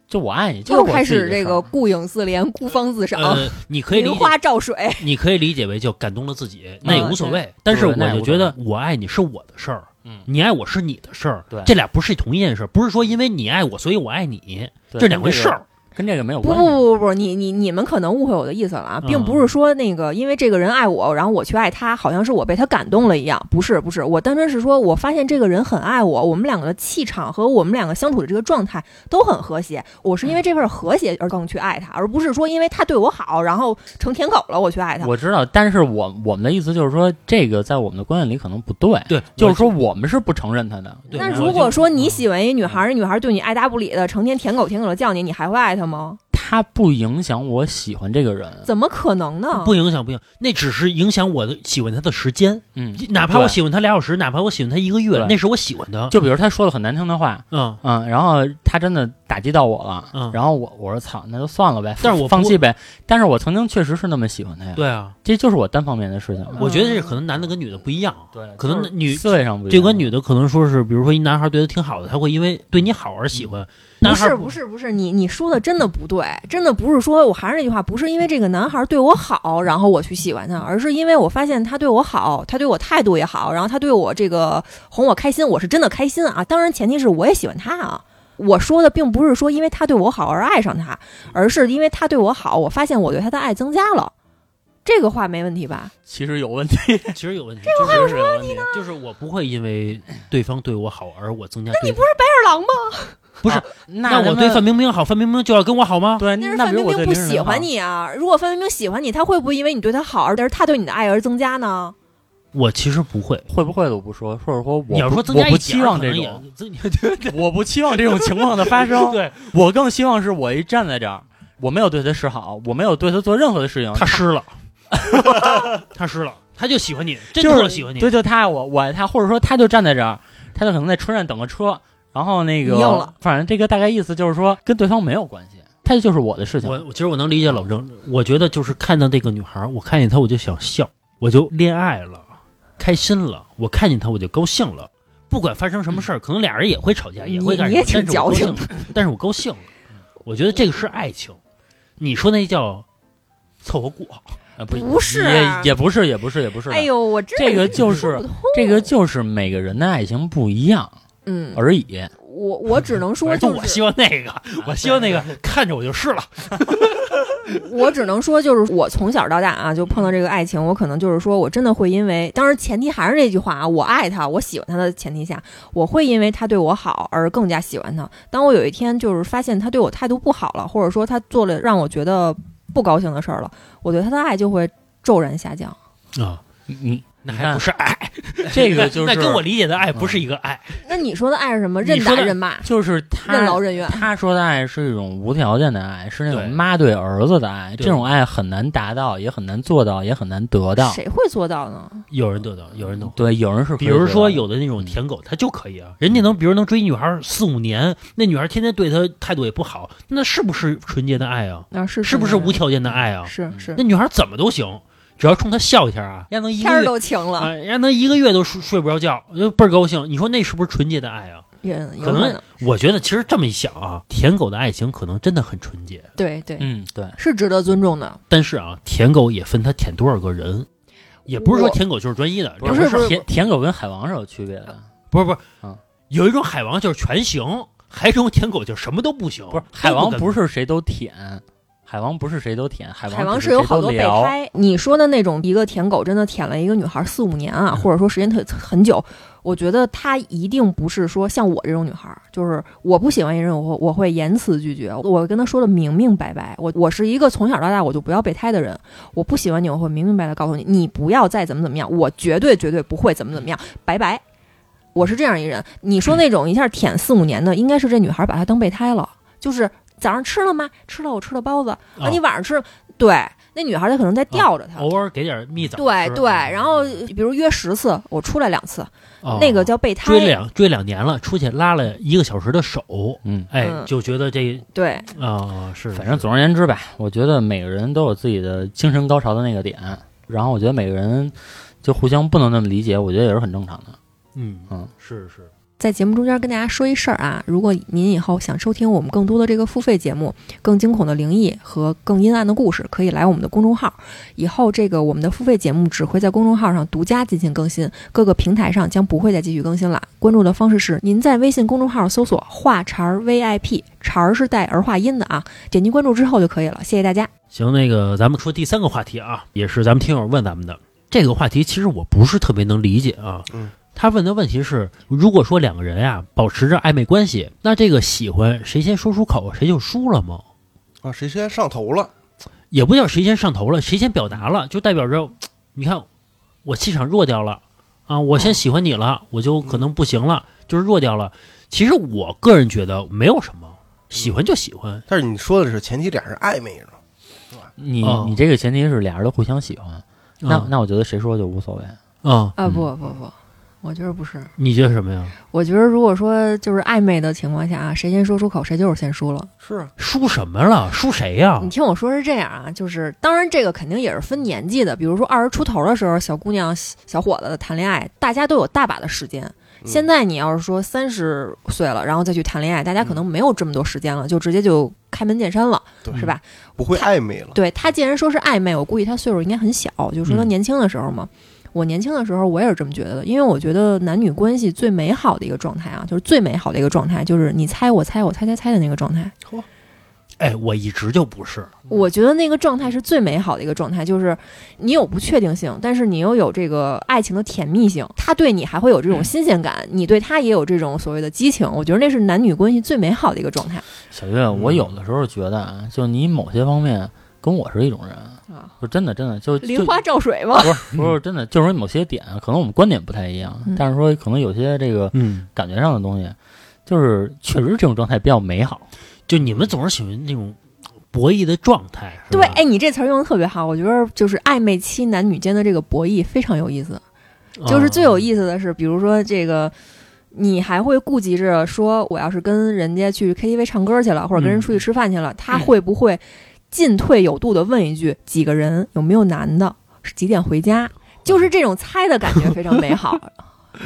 就我爱你，就是又我开自己的始这事个儿顾影自怜、孤芳自赏、呃，你可以理名解花照水。你可以理解为就感动了自己，那也无所谓。但是我就觉得我爱你是我的事儿，嗯你爱我是你的事儿，对这俩不是同一件事儿，不是说因为你爱我所以我爱你，对这两回事儿。跟这个没有不关不系。不不不，你你你们可能误会我的意思了啊，嗯并不是说那个因为这个人爱我，然后我去爱他，好像是我被他感动了一样。不是不是，我单纯是说我发现这个人很爱我，我们两个的气场和我们两个相处的这个状态都很和谐。我是因为这份和谐而更去爱他，而不是说因为他对我好，然后成舔狗了我去爱他。我知道，但是我我们的意思就是说，这个在我们的观念里可能不对，对，就是说我们是不承认他的。对那我如果说嗯你喜欢一女孩，那女孩对你爱答不理的，成天舔狗舔狗地叫你，你还会爱她吗？他不影响我喜欢这个人，怎么可能呢？不影响不影响，那只是影响我的喜欢他的时间，嗯，哪怕我对喜欢他俩小时，哪怕我喜欢他一个月对，那是我喜欢他。就比如他说了很难听的话，嗯，嗯，然后他真的打击到我了，嗯然后我我说操，那就算了呗，但是我不放弃呗。但是我曾经确实是那么喜欢他呀，对啊，这就是我单方面的事情嗯嘛。我觉得这可能男的跟女的不一样，对可能女思维上不一样，这跟女的可能说是，比如说一男孩对她挺好的，他会因为对你好而喜欢，男不孩是不是不是，你你说的真的不对，真的不是说我还是那句话，不是因为这个男孩对我好，然后我去喜欢他，而是因为我发现他对我好，他对我态度也好，然后他对我这个哄我开心，我是真的开心啊。当然前提是我也喜欢他啊。我说的并不是说因为他对我好而爱上他，而是因为他对我好，我发现我对他的爱增加了。这个话没问题吧？其实有问题，其实有问题， 这还有什么问题呢？就是我不会因为对方对我好而我增加对。那你不二郎吗？那那我对范冰冰好，范冰冰就要跟我好吗？对，那是嗯那范比如冰我对冰不林志玲喜欢好，你啊。如果范冰冰喜欢你，他会不会因为你对他好，而他对你的爱而增加呢？我其实不会。会不会的我不说，或者说我不你要说增我加一不点期儿望可这能种，也，这对对我不期望这种情况的发 生，对，我更希望是我一站在这儿，我没有对他示好，我没有对他做任何的事情，啊他湿了， 他湿了，他就喜欢你，真就特是喜欢你。对，就他爱我，我爱他，或者说他就站在这儿，他就可能在车站等个车，然后那个你硬了，反正这个大概意思就是说跟对方没有关系，他就是我的事情。我我其实我能理解老郑，我觉得就是看到这个女孩儿，我看见她我就想笑，我就恋爱了，开心了，我看见她我就高兴了。不管发生什么事儿，可能俩人也会吵架，也会你干你什么也但是挺我矫高情兴了但是我高兴了。我觉得这个是爱情，你说那叫凑合过，呃不不是啊也也不是，也不是，也不是的。哎呦，我真这个就是说不通这个就是每个人的爱情不一样嗯，而已。我我只能说反就正是，我 希望那个，我希望那个看着我就是了。 我只能说，就是我从小到大啊，就碰到这个爱情，我可能就是说我真的会因为，当然前提还是那句话啊，我爱他，我喜欢他的前提下，我会因为他对我好而更加喜欢他。当我有一天就是发现他对我态度不好了，或者说他做了让我觉得不高兴的事儿了，我对他的爱就会骤然下降。啊，嗯，那还不是爱，这个就是那跟我理解的爱不是一个爱。那你说的爱是什么？任你打说的任骂，就是任劳他任怨。他说的爱是一种无条件的爱，是那对种妈对儿子的爱，对这种爱很难达到，也很难做到，也很难得到。谁会做到呢？有人得到，有人能对，有人是可比以做到如的，说有的那嗯种舔狗，他就可以啊，人家能，比如能追女孩四五年，那女孩天天对他态度也不好，那是不是纯洁的爱啊？那、是是不是无条件的爱啊？是是那，女孩怎么都行，只要冲他笑一下啊，人家能一天个儿月都晴啊，了，人家能一个月都睡睡不着觉，就倍儿高兴。你说那是不是纯洁的爱啊？人有可能能我觉得其实这么一想啊，舔狗的爱情可能真的很纯洁，对对，嗯，对，是值得尊重的。但是啊，舔狗也分他舔多少个人。也不是说我舔狗就是专一的，不是不是舔舔狗跟海王是有区别的，不是不是，嗯有一种海王就是全行，还有一种舔狗就是什么都不行。不是海王呃哦不是是谁都舔，海王不是谁都舔，海海王王只是有谁好都多备聊胎，你说的那种一个舔狗，真的舔了一个女孩四五年啊，或者说时间特很久，我觉得他一定不是说像我这种女孩儿，就是我不喜欢一个人，我会我会言辞拒绝，我跟他说的明明白白，我我是一个从小到大我就不要备胎的人，我不喜欢你，我会明明白白地告诉你，你不要再怎么怎么样，我绝对绝对不会怎么怎么样，拜拜。我是这样一人，你嗯说那种一下舔四五年的，应该是这女孩把他当备胎了，就是早上吃了吗？吃了，我吃了包子啊，你晚上吃了对，那女孩她可能在吊着他。啊偶尔给点蜜枣吃。啊嗯对对，然后比如约十次，我出来两次，哦那个叫备胎追。两追两年了，出去拉了一个小时的手，嗯，哎，嗯就觉得这对，啊是，反正总而言之吧，我觉得每个人都有自己的精神高潮的那个点，然后我觉得每个人就互相不能那么理解，我觉得也是很正常的。嗯嗯是是，在节目中间跟大家说一事儿啊，如果您以后想收听我们更多的这个付费节目，更惊恐的灵异和更阴暗的故事，可以来我们的公众号。以后这个我们的付费节目只会在公众号上独家进行更新，各个平台上将不会再继续更新了。关注的方式是您在微信公众号搜索“话茬儿 VIP”，茬儿是带儿化音的啊，点击关注之后就可以了。谢谢大家。行，那个咱们说第三个话题啊，也是咱们听友问咱们的这个话题，其实我不是特别能理解啊。嗯，他问的问题是，如果说两个人啊保持着暧昧关系，那这个喜欢谁先说出口，谁就输了吗？啊，谁先上头了？也不叫谁先上头了，谁先表达了，就代表着，你看我气场弱掉了啊，我先喜欢你了，我就嗯可能不行了，就是弱掉了。其实我个人觉得没有什么，喜欢就喜欢，但是你说的是前提俩人暧昧着，你、哦你这个前提是俩人都互相喜欢，那啊那我觉得谁说就无所谓。啊，啊，嗯不不不，我觉得不是。你觉得什么呀？我觉得如果说就是暧昧的情况下啊，谁先说出口，谁就是先输了。是啊，输什么了？输谁呀嗯你？听我说是这样啊，就是当然这个肯定也是分年纪的，比如说二十出头的时候，小姑娘、小伙子谈恋爱，大家都有大把的时间。嗯现在你要是说三十岁了，然后再去谈恋爱，大家可能没有这么多时间了，就直接就开门见山了，对是吧？不会暧昧了。对他既然说是暧昧，我估计他岁数应该很小，就是说他嗯年轻的时候嘛。我年轻的时候我也是这么觉得的，因为我觉得男女关系最美好的一个状态啊，就是最美好的一个状态，就是你猜我猜我猜猜猜的那个状态。哎，我一直就不是，我觉得那个状态是最美好的一个状态，就是你有不确定性，但是你又有这个爱情的甜蜜性，他对你还会有这种新鲜感，你对他也有这种所谓的激情。我觉得那是男女关系最美好的一个状态小月，我有的时候觉得啊，就你某些方面跟我是一种人，啊。就真的真的就梨就花照水嘛，不是不是真的，就是说某些点可能我们观点不太一样，嗯但是说可能有些这个嗯，感觉上的东西，就是确实这种状态比较美好。就你们总是喜欢那种。博弈的状态。是对，吧哎，你这词儿用的特别好，我觉得就是暧昧期男女间哎的这个博弈非常有意思。啊嗯就是最有意思的是，比如说这个，你还会顾及着说，我要是跟人家去 KTV 唱歌去了，或者嗯跟人出去吃饭去了，他会不会进退有度的问一句几个人有没有男的，是几点回家？就是这种猜的感觉非常 美好，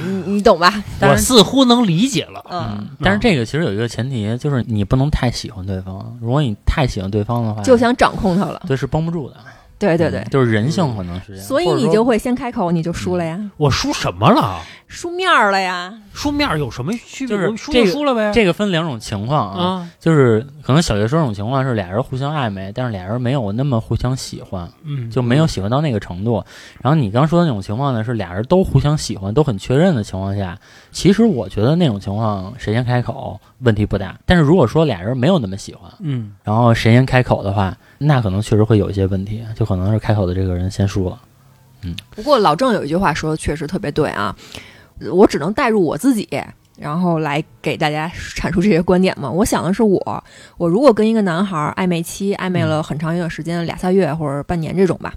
你你懂吧？我但是似乎能理解了。嗯，嗯，但是这个其实有一个前提，就是你不能太喜欢对方。如果你太喜欢对方的话，就想掌控他了。对是绷不住的。嗯对对对，就是人性可能是这样。所以或者你说嗯就会先开口，你就输了呀，我输什么了？输面儿了呀。输面儿有什么区别？就是我输这就个输了呗。这个分两种情况嗯啊，啊，就是可能小学生这种情况是俩人互相暧昧，但是俩人没有那么互相喜欢，嗯，就没有喜欢到那个程度。然后你刚说的那种情况呢，是俩人都互相喜欢，都很确认的情况下，其实我觉得那种情况谁先开口问题不大。但是如果说俩人没有那么喜欢，嗯，然后谁先开口的话，那可能确实会有一些问题，就可能是开口的这个人先输了。不过老郑有一句话说的确实特别对啊，我只能带入我自己，然后来给大家阐述这些观点嘛。我想的是我，我如果跟一个男孩暧昧期暧昧了很长一段时间，俩仨月或者半年这种吧，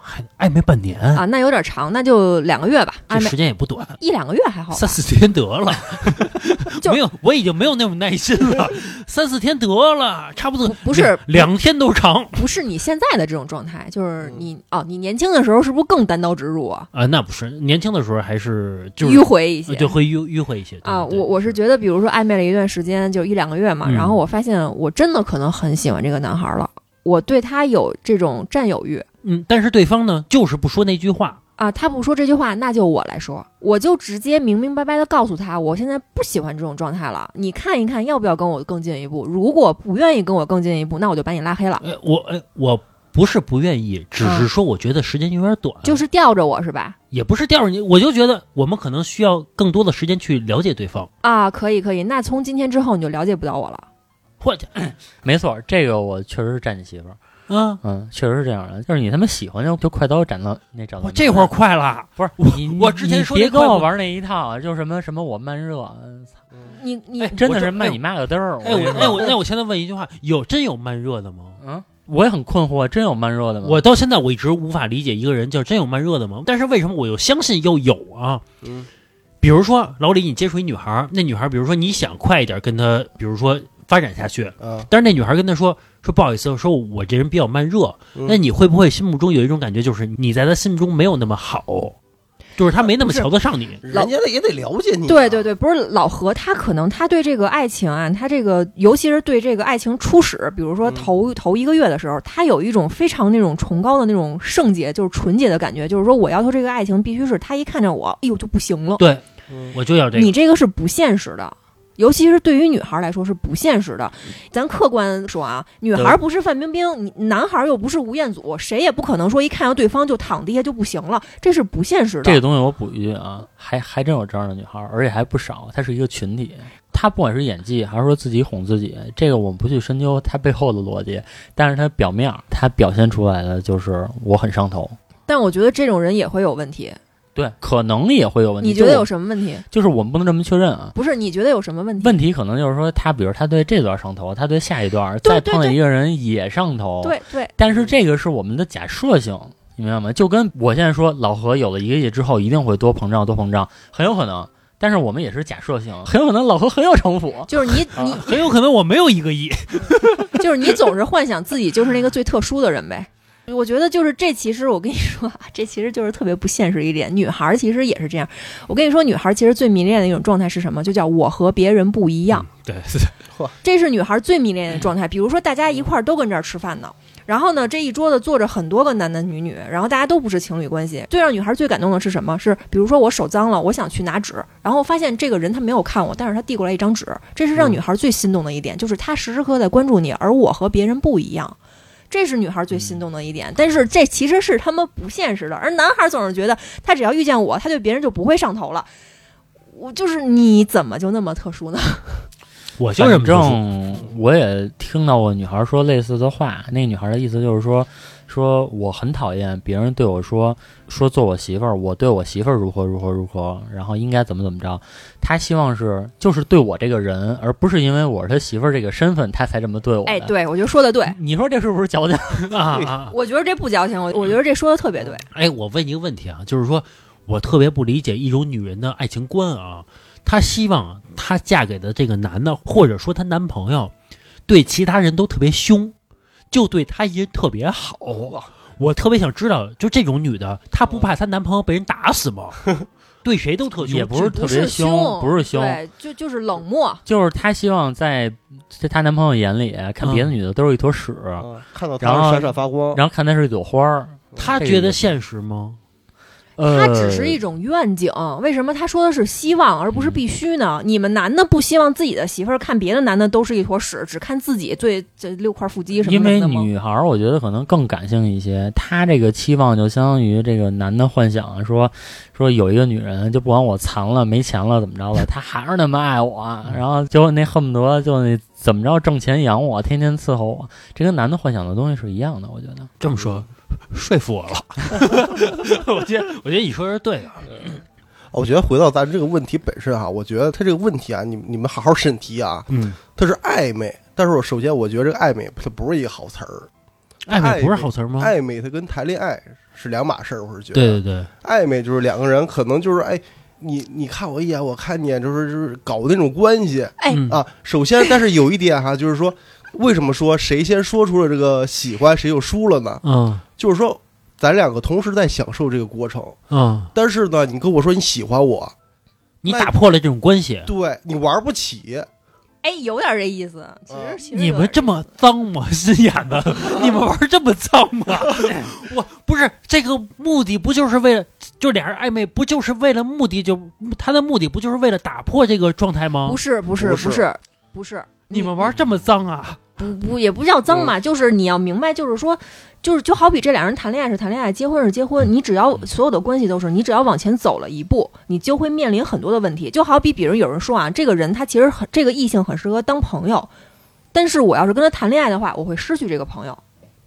还暧昧半年，啊，那有点长，那就两个月吧，这暧昧时间也不短，一两个月还好吧三。四天得了。 就没有，我已经没有那种耐心 了。三四天得了，差不多不不是两两天都长不是你现在的这种状态，嗯就是你哦，你年轻的时候是不是更单刀直入啊，啊。那不是，年轻的时候还是就是迂回一些？就会迂迂回一些对啊，对我我是觉得，比如说暧昧了一段时间，就一两个月嘛，嗯然后我发现我真的可能很喜欢这个男孩了，我对他有这种占有欲嗯，但是对方呢，就是不说那句话，啊。他不说这句话，那就我来说，我就直接明明白白的告诉他，我现在不喜欢这种状态了，你看一看要不要跟我更进一步。如果不愿意跟我更进一步，那我就把你拉黑了，呃，我呃我不是不愿意，只啊是说我觉得时间有点短，就是吊着我是吧？也不是吊着你，我就觉得我们可能需要更多的时间去了解对方，啊，可以可以，那从今天之后你就了解不到我了。或者没错，这个我确实是站你媳妇儿，啊，嗯，确实是这样的。就是你他妈喜欢就就快刀斩到那斩到我你这会儿快了，不是我你我之前你说别那跟快我活玩那一套，啊就什么什么我慢热，嗯操你你、哎真我的这是卖哎你妈个嘚儿。哎我跟你哎说我那我现在问一句话，有真有慢热的吗？嗯，我也很困惑，真有慢热的吗？我到现在我一直无法理解一个人叫真有慢热的吗？但是为什么我又相信又有啊？嗯，比如说老李，你接触一女孩儿，那女孩儿比如说你想快一点跟她，比如说发展下去，啊，但是那女孩跟他说说不好意思，说我这人比较慢热，嗯那你会不会心目中有一种感觉，就是你在他心目中没有那么好，就是他没那么瞧得上你？老人家得也得了解你啊，对对对，不是老何，他可能他对这个爱情啊，他这个尤其是对这个爱情初始，比如说嗯头、头一个月的时候，他有一种非常那种崇高的那种圣洁，就是纯洁的感觉，就是说我要求这个爱情必须是他一看见我，哎呦就不行了。对，嗯，我就要这个你。这个是不现实的。尤其是对于女孩来说是不现实的，咱客观说啊，女孩不是范冰冰，你男孩又不是吴彦祖，谁也不可能说一看到对方就躺地下就不行了，这是不现实的。这个东西我补一句啊，还还真有这样的女孩儿，而且还不少。她是一个群体，她不管是演技还是说自己哄自己，这个我们不去深究她背后的逻辑，但是她表面儿她表现出来的就是我很上头。但我觉得这种人也会有问题，对，可能也会有问题。你觉得哦就有我什么问题？就是我们不能这么确认啊。不是，你觉得有什么问题？问题可能就是说，她比如她对这段上头，她对下一段对再对碰见对一个人也上头，对对，但是这个是我们的假设性，你明白吗？就跟我现在说老何有了一个亿之后一定会多膨胀，多膨胀，很有可能。但是我们也是假设性， 很有可能老何很有城府。就是你你很有可能我没有一个亿，就是你总是幻想自己就是那个最特殊的人呗。我觉得就是这，其实我跟你说，啊这其实就是特别不现实一点。女孩儿其实也是这样。我跟你说，女孩儿其实最迷恋的一种状态是什么？就叫我和别人不一样。嗯对，这是女孩最迷恋的状态。比如说，大家一块儿都跟这儿吃饭呢，然后呢，这一桌子坐着很多个男男女女，然后大家都不是情侣关系。最让女孩最感动的是什么？是比如说我手脏了，我想去拿纸，然后发现这个人他没有看我，但是他递过来一张纸，这是让女孩最心动的一点，就是他时时刻刻在关注你，而我和别人不一样。这是女孩最心动的一点，但是这其实是他们不现实的，而男孩总是觉得他只要遇见我，他对别人就不会上头了。我就是你怎么就那么特殊呢？我就反这么说正我也听到过女孩说类似的话，那个女孩的意思就是说，说我很讨厌别人对我说说做我媳妇儿，我对我媳妇儿如何如何如何，然后应该怎么怎么着。她希望是就是对我这个人，而不是因为我是她媳妇儿这个身份，她才这么对我的。哎，对我觉得说的对，你说这是不是矫情？啊啊！我觉得这不矫情，我我觉得这说的特别对。哎，我问一个问题啊，就是说我特别不理解一种女人的爱情观啊，她希望她嫁给的这个男的，或者说她男朋友，对其他人都特别凶，就对她一人特别好。我特别想知道，就这种女的，她不怕她男朋友被人打死 吗？对谁都特凶，也不只是特别是凶不是凶对，就就是冷漠。就是她希望在在她男朋友眼里看嗯别的女的都是一坨屎，啊看到然后他闪闪发光，然后看她是一朵花儿。她觉得现实吗？呃，它只是一种愿景，为什么他说的是希望而不是必须呢？你们男的不希望自己的媳妇儿看别的男的都是一坨屎，只看自己最这六块腹肌什么因为什么的吗？女孩儿，我觉得可能更感性一些，她这个期望就相当于这个男的幻想，说说有一个女人，就不管我残了、没钱了怎么 着了，她还是那么爱我，嗯然后结果那恨不得就那怎么着挣钱养我，天天伺候我，这跟男的幻想的东西是一样的，我觉得。这么说，说服我 了。我觉得，我觉得你说的是对的。哦我觉得回到咱这个问题本身哈，我觉得他这个问题啊，你你们好好审题啊，嗯，它是暧昧，但是我首先我觉得这个暧昧它不是一个好词儿，暧昧不是昧好词儿吗？暧昧它跟谈恋爱是两码事儿，我是觉得。嗯对对对，暧昧就是两个人可能就是哎，你你看我一眼，我看你一眼，就是就是搞那种关系哎嗯啊。首先，但是有一点哈，就是说为什么说谁先说出了这个喜欢，谁就输了呢？嗯就是说咱两个同时在享受这个过程，嗯，但是呢，你跟我说你喜欢我，你那打破了这种关系。对你玩不起，哎，有点这意思。其实啊其实你有们点这么脏吗？心眼 子，你们玩这么脏吗？我不是这个目的，不就是为了就俩人暧昧，不就是为了目的就他的目的不就是为了打破这个状态吗不？是不不是不是是不是，你们玩这么脏啊？不不也不叫嗯脏嘛，就是你要明白，就是说，就是就好比这俩人谈恋爱是谈恋爱，结婚是结婚，你只要嗯所有的关系都是，你只要往前走了一步，你就会面临很多的问题。就好比，比如有人说啊，这个人他其实很这个异性很适合当朋友，但是我要是跟他谈恋爱的话，我会失去这个朋友，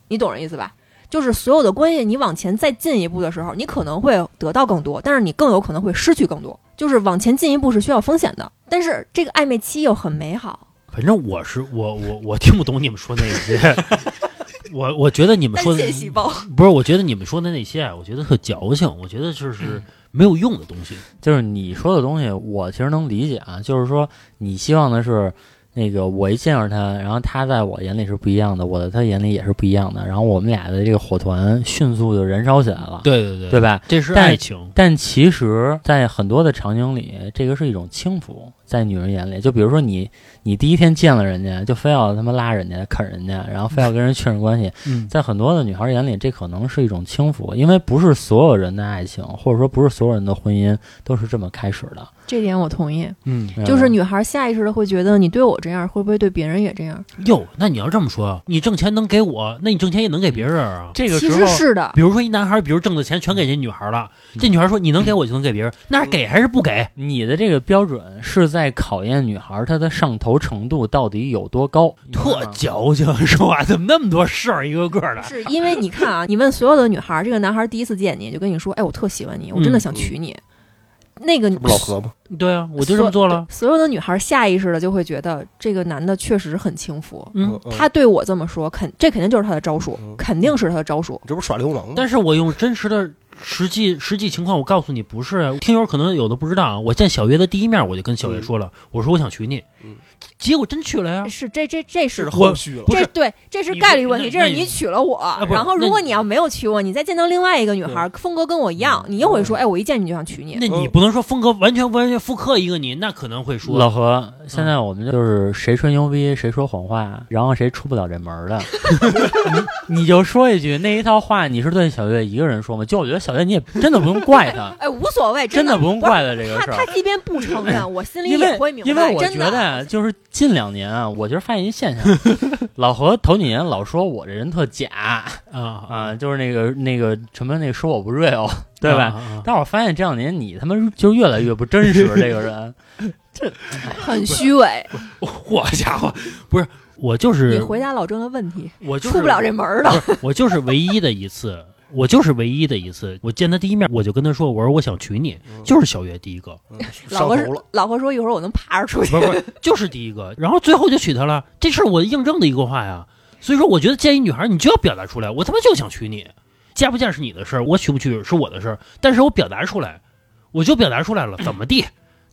你懂这意思吧？就是所有的关系，你往前再进一步的时候，你可能会得到更多，但是你更有可能会失去更多。就是往前进一步是需要风险的，但是这个暧昧期又很美好。反正我是我我我听不懂你们说那些， 我我觉得你们单说的线细胞，不是，我觉得你们说的那些啊，我觉得特矫情，我觉得嗯就是没有用的东西。就是你说的东西，我其实能理解啊。就是说，你希望的是那个我一见着他，然后他在我眼里是不一样的，我在他眼里也是不一样的，然后我们俩的这个火团迅速就燃烧起来了，对对对对吧？这是但爱情。但其实，在很多的场景里，这个是一种轻浮，在女人眼里，就比如说你，你第一天见了人家，就非要他妈拉人家、啃人家，然后非要跟人确认关系，嗯，在很多的女孩眼里，这可能是一种轻浮，因为不是所有人的爱情，或者说不是所有人的婚姻都是这么开始的。这点我同意。嗯，明白就是吗女孩下意识的会觉得你对我这样，会不会对别人也这样？哟，那你要这么说，你挣钱能给我，那你挣钱也能给别人啊。这个其时实候，是的，比如说一男孩儿，比如挣的钱全给这女孩儿了，这女孩儿说你能给我就能给别人，那是给还是不给？你的这个标准是在考验女孩她的上头程度到底有多高，特矫情，说话怎么那么多事儿，一个个的。是因为你看啊，你问所有的女孩，这个男孩第一次见你就跟你说，哎，我特喜欢你，我嗯真的想娶你。那个这不老何吗？对啊，我就这么做了。所有的女孩下意识的就会觉得这个男的确实很轻浮，嗯，嗯他对我这么说，肯这肯定就是他的招数，嗯肯定是他的招数。你这不耍流氓吗？但是我用真实的实际实际情况，我告诉你不是。听友可能有的不知道啊，我见小月的第一面，我就跟小月说了，我说我想娶你嗯，结果真娶了呀。是这这这这是是。后续了不，这嗯是对，这是你概不率问题，那这是那你娶了我，不是然后那如果你你要没有娶我，你再见到另外一个女孩，风格跟我一样，嗯你又会说，哎，我一见你就想娶你。，那你不能说风格完全完全复刻一个你，那可能会说老何，现在我们就是谁吹牛逼谁说谎话，然后谁出不了这门儿的，你你就说一句那一套话，你是对小月一个人说吗？就我觉得小月你也真的不用怪她 哎，无所谓，真的的不用是怪她这个事儿他。他即便不承认，我心里因也为会明白。因为我真觉的得啊就是近两年啊，我就是发现一现象， 老何头几年老说我这人特假啊啊，就是那个那个什么那个说我 不 real，对吧？啊啊 但我发现这两年你他妈就是越来越不真实，这个人，很虚伪。我 家伙，不是我就你是回答老郑的问题，我就是出不了这门儿了。不是，我就是唯一的一次，我就是唯一的一次。我见他第一面，我就跟他说，我说我想娶你，就是小月第一个，嗯老上何头是了，老何说一会儿我能爬着出去不。是不是，就是第一个。然后最后就娶她了，这是我印证的一个话呀。所以说，我觉得建议女孩你就要表达出来，我他妈就想娶你，嫁不嫁是你的事儿，我娶不娶是我的事儿，但是我表达出来，我就表达出来了，怎么地，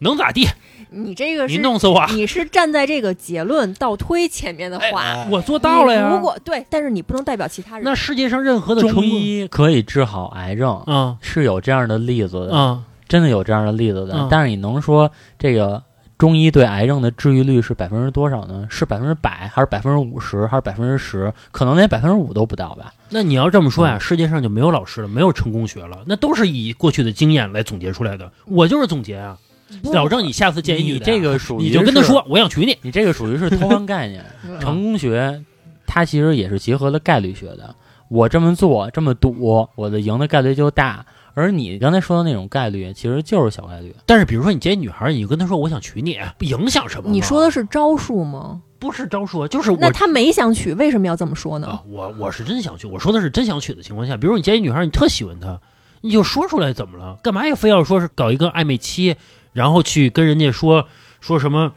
能咋地？你这个你是弄死我，你是站在这个结论倒推前面的话。嗯哎我做到了你如呀。果对，但是你不能代表其他人。那世界上任何的中中医可以治好癌症，啊是有这样的例子的，啊，真的有这样的例子的。嗯但是你能说这个中医对癌症的治愈率是百分之多少呢？是百分之百，还是百分之五十，还是百分之十？可能连百分之五都不到吧。那你要这么说嗯呀，世界上就没有老师了，没有成功学了，那都是以过去的经验来总结出来的。我就是总结啊，不老郑，你下次建议你女的呀这，个属于你就跟他是，说，我想娶你。你这个属于是偷换概念。嗯成功学它其实也是结合了概率学的。我这么做，这么赌，我的赢的概率就大。而你刚才说的那种概率，其实就是小概率。但是比如说你建议女孩儿，你就跟她说，我想娶你，不影响什么吗？你说的是招数吗？不是招数啊，就是我那他没想娶，为什么要这么说呢？啊，我我是真想娶，我说的是真想娶的情况下，比如你建议女孩儿，你特喜欢她，你就说出来怎么了？干嘛也非要说是搞一个暧昧期，然后去跟人家说说什么？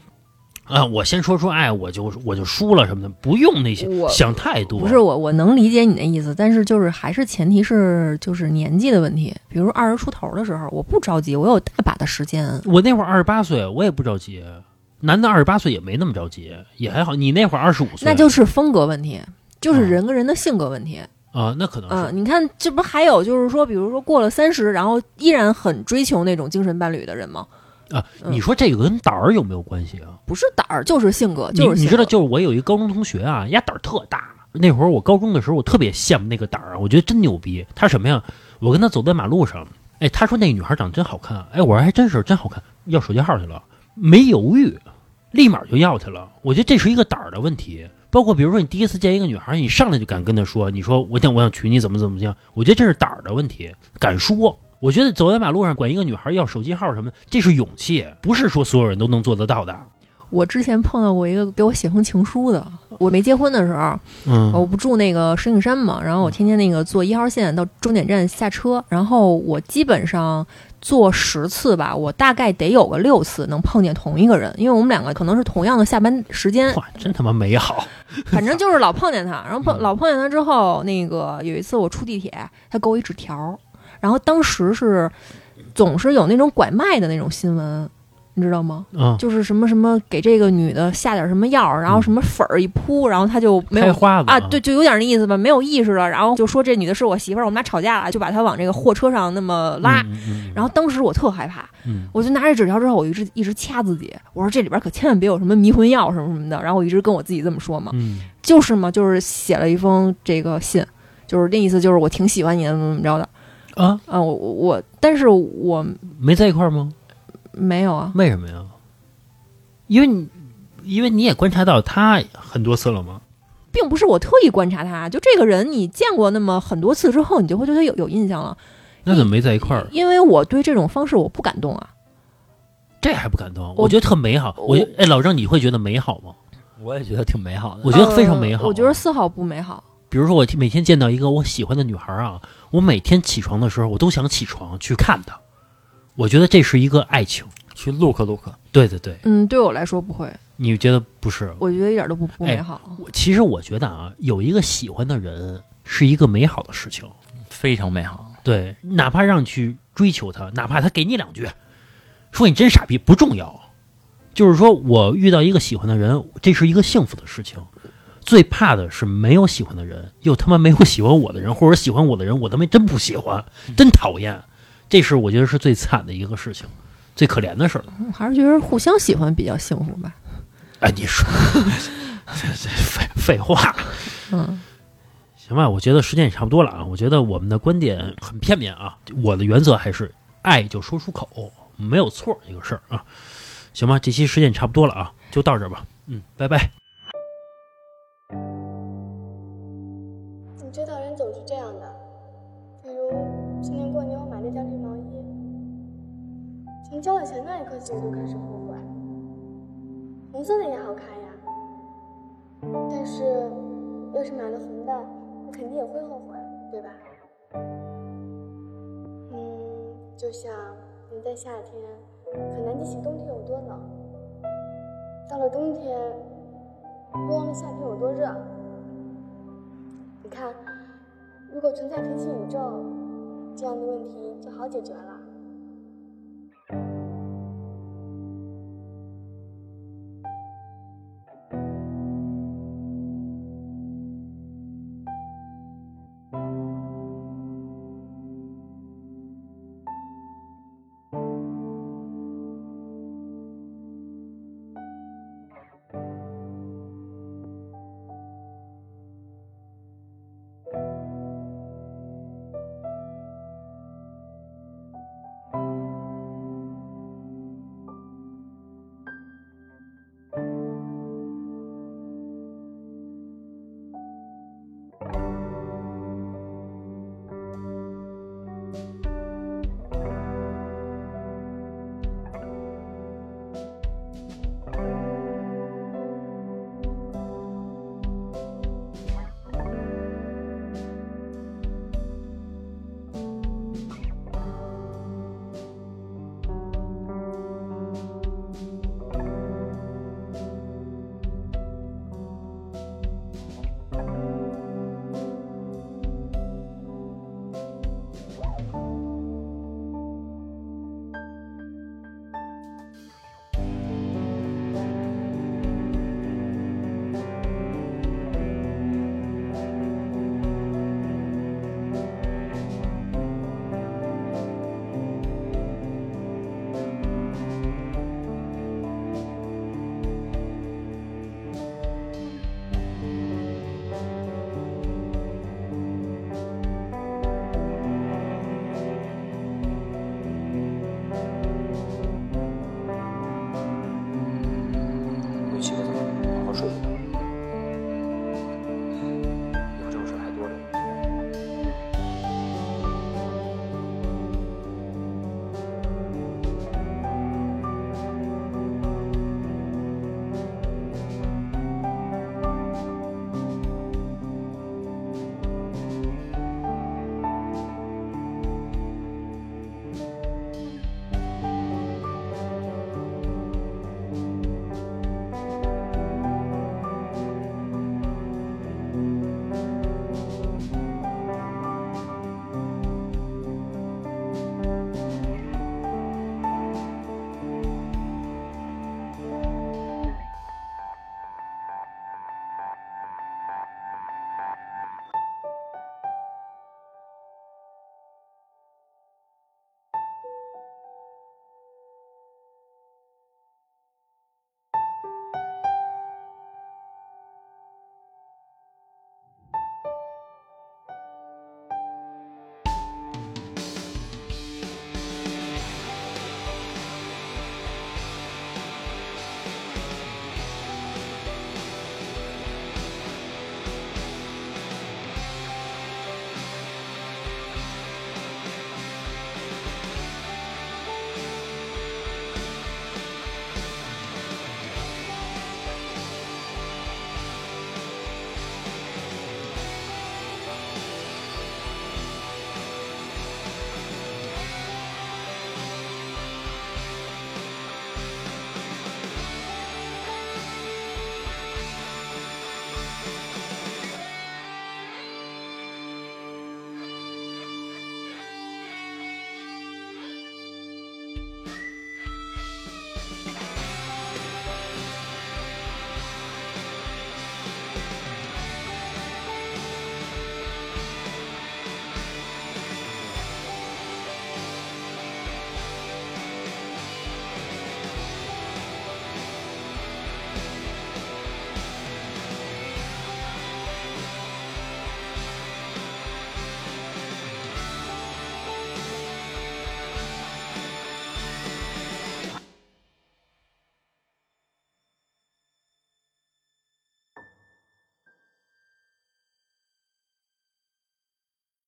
啊，我先说出爱，我就我就输了什么的，不用那些我想太多。不是我，我能理解你的意思，但是就是还是前提是就是年纪的问题。比如二十出头的时候，我不着急，我有大把的时间。我那会儿二十八岁，我也不着急。男的二十八岁也没那么着急，也还好。你那会儿二十五岁，那就是风格问题，就是嗯人跟人的性格问题。啊，那可能嗯，是你看，这不还有就是说，比如说过了三十，然后依然很追求那种精神伴侣的人吗？啊。嗯你说这个跟胆儿有没有关系啊？不是胆儿，就是性格，就你是性你知道，格就是我有一个高中同学啊，人家胆儿特大。那会儿我高中的时候，我特别羡慕那个胆儿啊，我觉得真牛逼。他什么呀？我跟他走在马路上，哎，他说那女孩长得真好看，哎，我说还真是真好看，要手机号去了，没犹豫，立马就要去了。我觉得这是一个胆儿的问题。包括比如说你第一次见一个女孩，你上来就敢跟她说，你说我想我想娶你怎么怎么样，我觉得这是胆儿的问题，敢说。我觉得走在马路上管一个女孩要手机号什么的，这是勇气，不是说所有人都能做得到的。我之前碰到过一个给我写封情书的，我没结婚的时候，嗯哦我不住那个石景山嘛，然后我天天那个坐一号线到终点站下车，然后我基本上坐十次吧，我大概得有个六次能碰见同一个人，因为我们两个可能是同样的下班时间，哇，真他妈美好！反正就是老碰见 他，然后碰嗯老碰见他之后，那个有一次我出地铁，他给我一纸条，然后当时是总是有那种拐卖的那种新闻，你知道吗？啊，就是什么什么给这个女的下点什么药，然后嗯什么粉儿一扑，然后他就没开有花子啊，对，，就有点那意思吧，没有意识了，然后就说这女的是我媳妇儿，我们俩吵架了，就把她往这个货车上那么拉。嗯，嗯然后当时我特害怕，嗯我就拿着纸条之后，我一直一直掐自己，我说这里边可千万别有什么迷魂药什么什么的。然后我一直跟我自己这么说嘛，嗯就是嘛，就是写了一封这个信，就是那意思就是我挺喜欢你的，怎么怎么着的。嗯啊，啊，我我我，但是我没在一块儿吗？没有啊，为什么呀？因为你，因为你也观察到他很多次了吗？并不是我特意观察他，就这个人你见过那么很多次之后，你就会对他有有印象了。那怎么没在一块儿？因为我对这种方式我不感动啊。这还不感动？我我觉得特美好。我我觉得哎，老郑，你会觉得美好吗？我也觉得挺美好的我。觉得非常美好呃我觉得丝毫不美好。比如说，我每天见到一个我喜欢的女孩啊，我每天起床的时候，我都想起床去看她。我觉得这是一个爱情。去 look look，对对对，嗯，对我来说不会，你觉得不是？我觉得一点都不哎不美好。我其实我觉得啊，有一个喜欢的人是一个美好的事情。非常美好。对，哪怕让你去追求他，哪怕他给你两句，说你真傻逼不重要，就是说我遇到一个喜欢的人，这是一个幸福的事情。最怕的是没有喜欢的人，又他妈没有喜欢我的人，或者喜欢我的人，我他妈真不喜欢，真讨厌。这是我觉得是最惨的一个事情，最可怜的事儿。嗯还是觉得互相喜欢比较幸福吧。哎，你说，这这废废话。嗯，行吧，我觉得时间也差不多了啊。我觉得我们的观点很片面啊。我的原则还是爱就说出口，没有错这个事儿啊。行吧，这期时间也差不多了啊，就到这儿吧。嗯，拜拜。你知道人总是这样的，比如今年过年我买了一件绿毛衣，从交了钱那一刻起我就开始后悔，红色的也好看呀。但是，要是买了红的，你肯定也会后悔，对吧？嗯，就像人在夏天很难记起冬天有多冷，到了冬天，又忘了夏天有多热。你看，如果存在平行宇宙，这样的问题就好解决了。